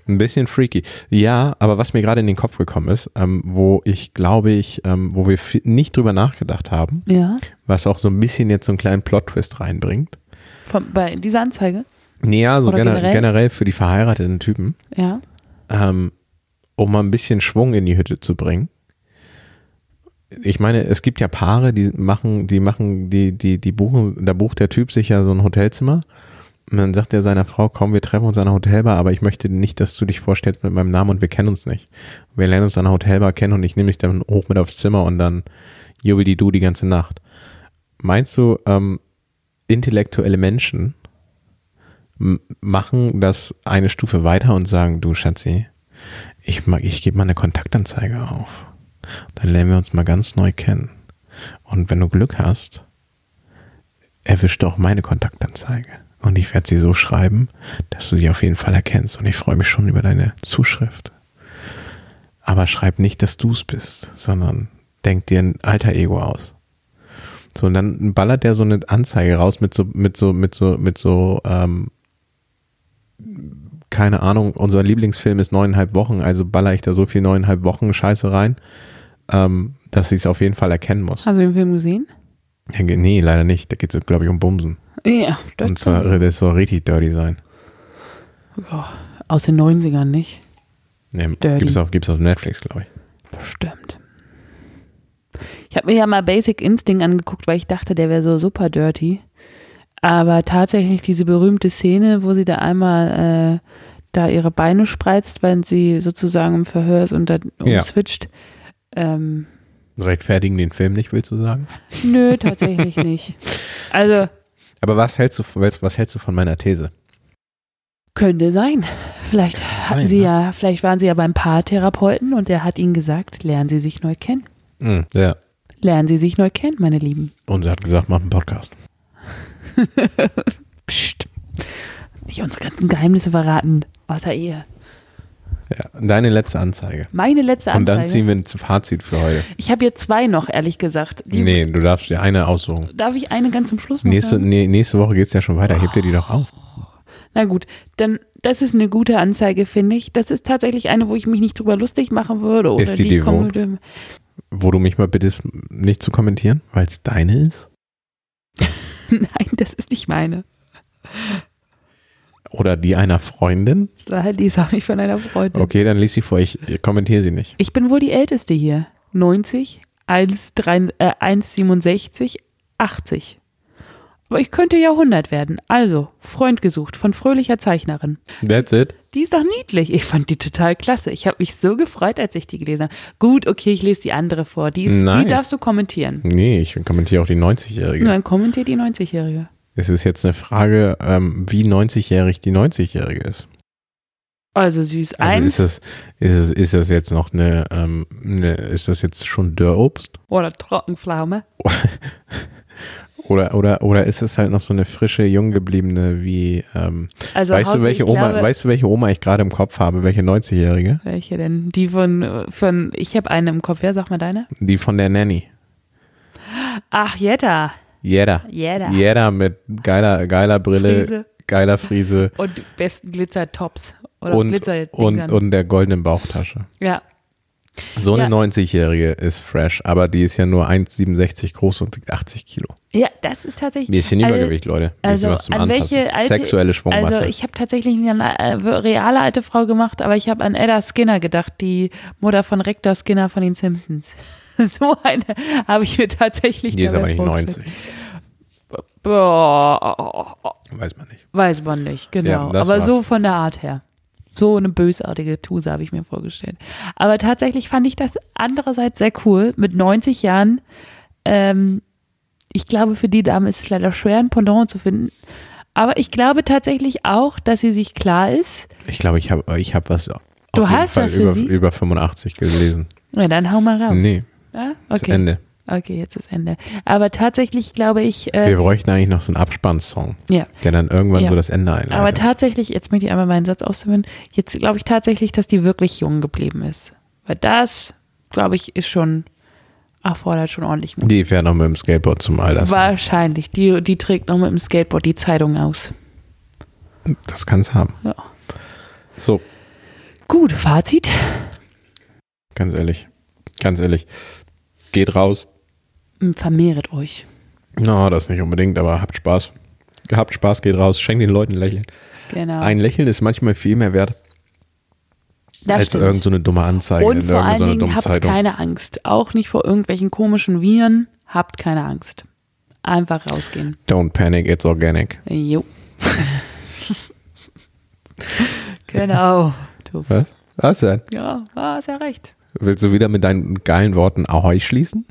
S3: Ein bisschen freaky. Ja, aber was mir gerade in den Kopf gekommen ist, ähm, wo ich glaube ich, ähm, wo wir fi- nicht drüber nachgedacht haben,
S2: ja,
S3: was auch so ein bisschen jetzt so einen kleinen Plot-Twist reinbringt.
S2: von, bei dieser Anzeige.
S3: Naja, so
S2: Oder
S3: gener generell?
S2: generell?
S3: für die verheirateten Typen,
S2: Ja.
S3: ähm, um mal ein bisschen Schwung in die Hütte zu bringen. Ich meine, es gibt ja Paare, die machen, die machen, die, die, die buchen, da bucht der Typ sich ja so ein Hotelzimmer und dann sagt er seiner Frau, komm, wir treffen uns an einer Hotelbar, aber ich möchte nicht, dass du dich vorstellst mit meinem Namen und wir kennen uns nicht. Wir lernen uns an einer Hotelbar kennen und ich nehme dich dann hoch mit aufs Zimmer und dann jubel die du die ganze Nacht. Meinst du, ähm, intellektuelle Menschen m- machen das eine Stufe weiter und sagen, du Schatzi, ich, mag- ich gebe mal eine Kontaktanzeige auf. Dann lernen wir uns mal ganz neu kennen. Und wenn du Glück hast, erwisch doch meine Kontaktanzeige. Und ich werde sie so schreiben, dass du sie auf jeden Fall erkennst. Und ich freue mich schon über deine Zuschrift. Aber schreib nicht, dass du es bist, sondern denk dir ein alter Ego aus. So, und dann ballert der so eine Anzeige raus mit so, mit so, mit so, mit so, ähm, keine Ahnung, unser Lieblingsfilm ist neuneinhalb Wochen, also baller ich da so viel neuneinhalb Wochen Scheiße rein, ähm, dass ich es auf jeden Fall erkennen muss.
S2: Hast du den Film gesehen?
S3: Ja, ge- nee, leider nicht. Da geht es, glaube ich, um Bumsen.
S2: Ja,
S3: Und zwar, das soll richtig dirty sein.
S2: Aus den 90ern, nicht?
S3: Nee,
S2: Dirty.
S3: Ähm, gibt's auf, gibt's auf Netflix, glaube ich.
S2: Bestimmt. Ich habe mir ja mal Basic Instinct angeguckt, weil ich dachte, der wäre so super dirty. Aber tatsächlich diese berühmte Szene, wo sie da einmal äh, da ihre Beine spreizt, wenn sie sozusagen im Verhör ist und dann
S3: Ja.
S2: umswitcht. Ähm,
S3: Rechtfertigen den Film nicht, willst du sagen?
S2: nö, tatsächlich nicht. Also
S3: Aber was hältst du, was, was hältst du von meiner These?
S2: könnte sein. Vielleicht hatten
S3: sein,
S2: sie
S3: ne?
S2: ja, vielleicht waren sie ja beim Paartherapeuten und der hat ihnen gesagt, lernen Sie sich neu kennen.
S3: Hm, ja.
S2: Lernen Sie sich neu kennen, meine Lieben.
S3: Und sie hat gesagt, mach einen Podcast.
S2: Psst. Nicht unsere ganzen Geheimnisse verraten. Außer ihr.
S3: Ja. Deine letzte Anzeige.
S2: Meine letzte
S3: Und dann
S2: Anzeige.
S3: ziehen wir ein Fazit für heute.
S2: ich habe hier zwei noch, ehrlich gesagt. Die,
S3: nee, du darfst dir eine aussuchen.
S2: Darf ich eine ganz zum Schluss noch
S3: Nächste,
S2: sagen?
S3: nee, nächste Woche geht's ja schon weiter. Heb dir die doch auf.
S2: Na gut, dann das ist eine gute Anzeige, finde ich. Das ist tatsächlich eine, wo ich mich nicht drüber lustig machen würde. Oder
S3: Ist die
S2: die ich
S3: dir
S2: kommen
S3: wohl?
S2: würde.
S3: Wo du mich mal bittest, nicht zu kommentieren, weil es deine ist.
S2: Nein, das ist nicht meine.
S3: Oder die einer Freundin.
S2: Weil Die ist auch nicht von einer Freundin.
S3: Okay, dann lies sie vor. Ich kommentiere sie nicht.
S2: Ich bin wohl die Älteste hier. 90, 1, 3, äh, 1,67, 80. Aber ich könnte ja 100 werden. Also, Freund gesucht von fröhlicher Zeichnerin.
S3: That's it.
S2: Die ist doch niedlich. Ich fand die total klasse. Ich habe mich so gefreut, als ich die gelesen habe. Gut, okay, ich lese die andere vor. Die, ist, die
S3: Nein.
S2: darfst du kommentieren.
S3: Nee, ich kommentiere auch die 90-Jährige.
S2: Dann kommentier die 90-Jährige.
S3: Es ist jetzt eine Frage, ähm, wie 90-jährig die 90-Jährige ist.
S2: Also, sie ist
S3: Also
S2: eins
S3: ist das, ist, das, ist das jetzt noch eine, ähm, eine, ist das jetzt schon Dörrobst?
S2: oder Trockenpflaume.
S3: Oder, oder, oder ist es halt noch so eine frische, jung gebliebene wie, ähm,
S2: Also,
S3: weißt, du,
S2: Hauke,
S3: welche
S2: ich
S3: Oma,
S2: glaube-
S3: weißt du, welche Oma ich gerade im Kopf habe? Welche 90-Jährige?
S2: Welche denn? Die von, äh, von ich habe eine im Kopf. Ja, sag mal deine.
S3: Die von der Nanny.
S2: Ach, Jetta.
S3: Jeder.
S2: Jetta.
S3: Jeder mit geiler, geiler Brille,
S2: Friese.
S3: geiler Friese
S2: Und die besten Glitzer-Tops. Oder
S3: und,
S2: glitzer
S3: und, und der goldenen Bauchtasche.
S2: Ja,
S3: So eine
S2: Ja.
S3: 90-Jährige ist fresh, aber die ist ja nur 1,67 groß und wiegt 80 Kilo.
S2: ja, das ist tatsächlich.
S3: Mir ist hier
S2: Also-
S3: Übergewicht, Leute. Mir
S2: Also
S3: ist was zum
S2: an
S3: Anfassen.
S2: welche alte,
S3: Sexuelle Schwungmasse.
S2: Also ich habe tatsächlich eine äh, reale alte Frau gemacht, aber ich habe an Ada Skinner gedacht, die Mutter von Rector Skinner von den Simpsons. So eine habe ich mir tatsächlich
S3: die ist
S2: dabei
S3: aber nicht
S2: vorgestellt.
S3: 90.
S2: Boah,
S3: Weiß man nicht.
S2: weiß man nicht, genau.
S3: Ja, das
S2: aber so
S3: war's.
S2: von der Art her. So eine bösartige Tuse habe ich mir vorgestellt. Aber tatsächlich fand ich das andererseits sehr cool. Mit 90 Jahren, ähm, ich glaube, für die Dame ist es leider schwer, ein Pendant zu finden. Aber ich glaube tatsächlich auch, dass sie sich klar ist.
S3: Ich glaube, ich habe ich hab was.
S2: Du
S3: auf
S2: hast
S3: jeden
S2: was
S3: Fall
S2: für
S3: über,
S2: sie?
S3: über 85 gelesen.
S2: Na, dann hau mal raus.
S3: Nee,
S2: Ja?
S3: ist
S2: Okay.
S3: Ende.
S2: okay, jetzt ist Ende. Aber tatsächlich glaube ich,
S3: Wir
S2: äh,
S3: bräuchten eigentlich noch so einen Abspannsong,
S2: ja.
S3: der dann irgendwann
S2: Ja.
S3: so das Ende
S2: Aber
S3: einleitet.
S2: tatsächlich, jetzt möchte ich einmal meinen Satz auszuwenden, jetzt glaube ich tatsächlich, dass die wirklich jung geblieben ist. Weil das, glaube ich, ist schon, erfordert schon ordentlich Mut.
S3: die fährt noch mit dem Skateboard zum Alters.
S2: Wahrscheinlich. Die, die trägt noch mit dem Skateboard die Zeitung aus.
S3: Das kann's haben.
S2: Ja.
S3: So,
S2: Gut, Fazit.
S3: ganz ehrlich. Ganz ehrlich. Geht raus.
S2: Hm, Vermehret euch.
S3: Na, das nicht unbedingt, aber habt Spaß. Habt Spaß, geht raus. Schenkt den Leuten ein Lächeln.
S2: Genau.
S3: Ein Lächeln ist manchmal viel mehr wert
S2: das
S3: als
S2: stimmt.
S3: irgendeine so eine dumme Anzeige
S2: Und
S3: in
S2: vor
S3: irgendeiner
S2: allen
S3: so einer
S2: Dingen
S3: dummen
S2: habt
S3: Zeitung.
S2: keine Angst. Auch nicht vor irgendwelchen komischen Viren. Habt keine Angst. Einfach rausgehen.
S3: Don't panic, it's organic.
S2: Jo. genau. Du
S3: Was? Was denn?
S2: Ja, war es ja recht.
S3: Willst du wieder mit deinen geilen Worten Ahoi schließen?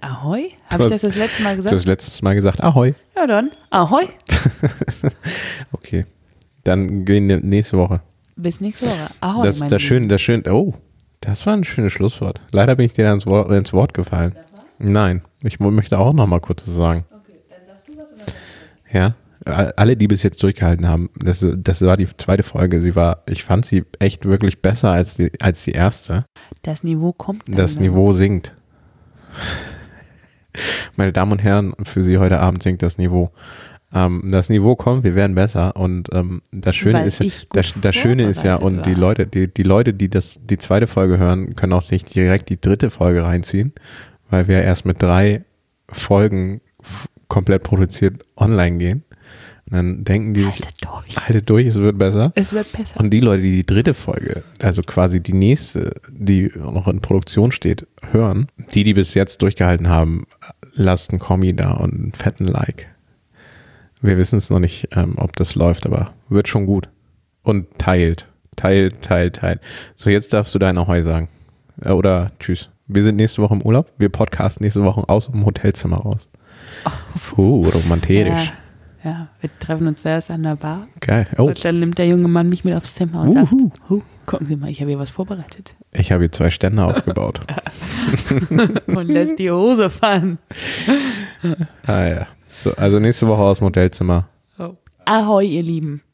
S2: Ahoi?
S3: Du
S2: Habe ich das
S3: hast-
S2: das letzte Mal
S3: Du hast
S2: gesagt?
S3: letztes Mal gesagt Ahoi.
S2: Ja, dann. Ahoi.
S3: Okay. Dann gehen wir nächste Woche.
S2: Bis nächste Woche. Ahoi.
S3: das,
S2: mein
S3: das
S2: Lieben.
S3: schöne, das schöne, oh, das war ein schönes Schlusswort. Leider bin ich dir da ins Wort, ins Wort gefallen. Nein, ich mo- möchte auch noch mal kurz was sagen. Ja, a- alle, die bis jetzt durchgehalten haben, das, das war die zweite Folge. Sie war, ich fand sie echt wirklich besser als die, als die erste.
S2: Das Niveau kommt. dann äh,
S3: Das
S2: noch.
S3: Niveau sinkt. Meine Damen und Herren, für Sie heute Abend sinkt das Niveau. Ähm, das Niveau kommt, wir werden besser und ähm, das Schöne
S2: Weil
S3: ist, ja-
S2: ich gut
S3: das, das Schöne ist ja und die
S2: vorbereitet war.
S3: Leute, die, die Leute, die das die zweite Folge hören, können auch sich direkt die dritte Folge reinziehen, weil wir erst mit drei Folgen f- komplett produziert online gehen Und dann denken die sich,
S2: Haltet durch.
S3: haltet durch, es wird besser.
S2: Es wird besser.
S3: Und die Leute, die die dritte Folge, also quasi die nächste, die noch in Produktion steht, hören, die, die bis jetzt durchgehalten haben, lasst einen Kommi da und einen fetten Like. Wir wissen es noch nicht, ähm, ob das läuft, aber wird schon gut. Und teilt. Teilt, teilt, teilt. So, jetzt darfst du dein Ahoi sagen. Äh, Oder tschüss. Wir sind nächste Woche im Urlaub. Wir podcasten nächste Woche aus dem Hotelzimmer raus. Uh, romantisch.
S2: Ja, ja, wir treffen uns erst an der Bar.
S3: Geil. Oh,
S2: Und dann nimmt der junge Mann mich mit aufs Zimmer und
S3: Wuhu.
S2: sagt, "Huh, gucken Sie mal, ich habe hier was vorbereitet.
S3: ich habe hier zwei Stände aufgebaut.
S2: Und lässt die Hose fallen.
S3: Ah ja. So, also nächste Woche aus dem Hotelzimmer.
S2: Oh. Ahoi, ihr Lieben.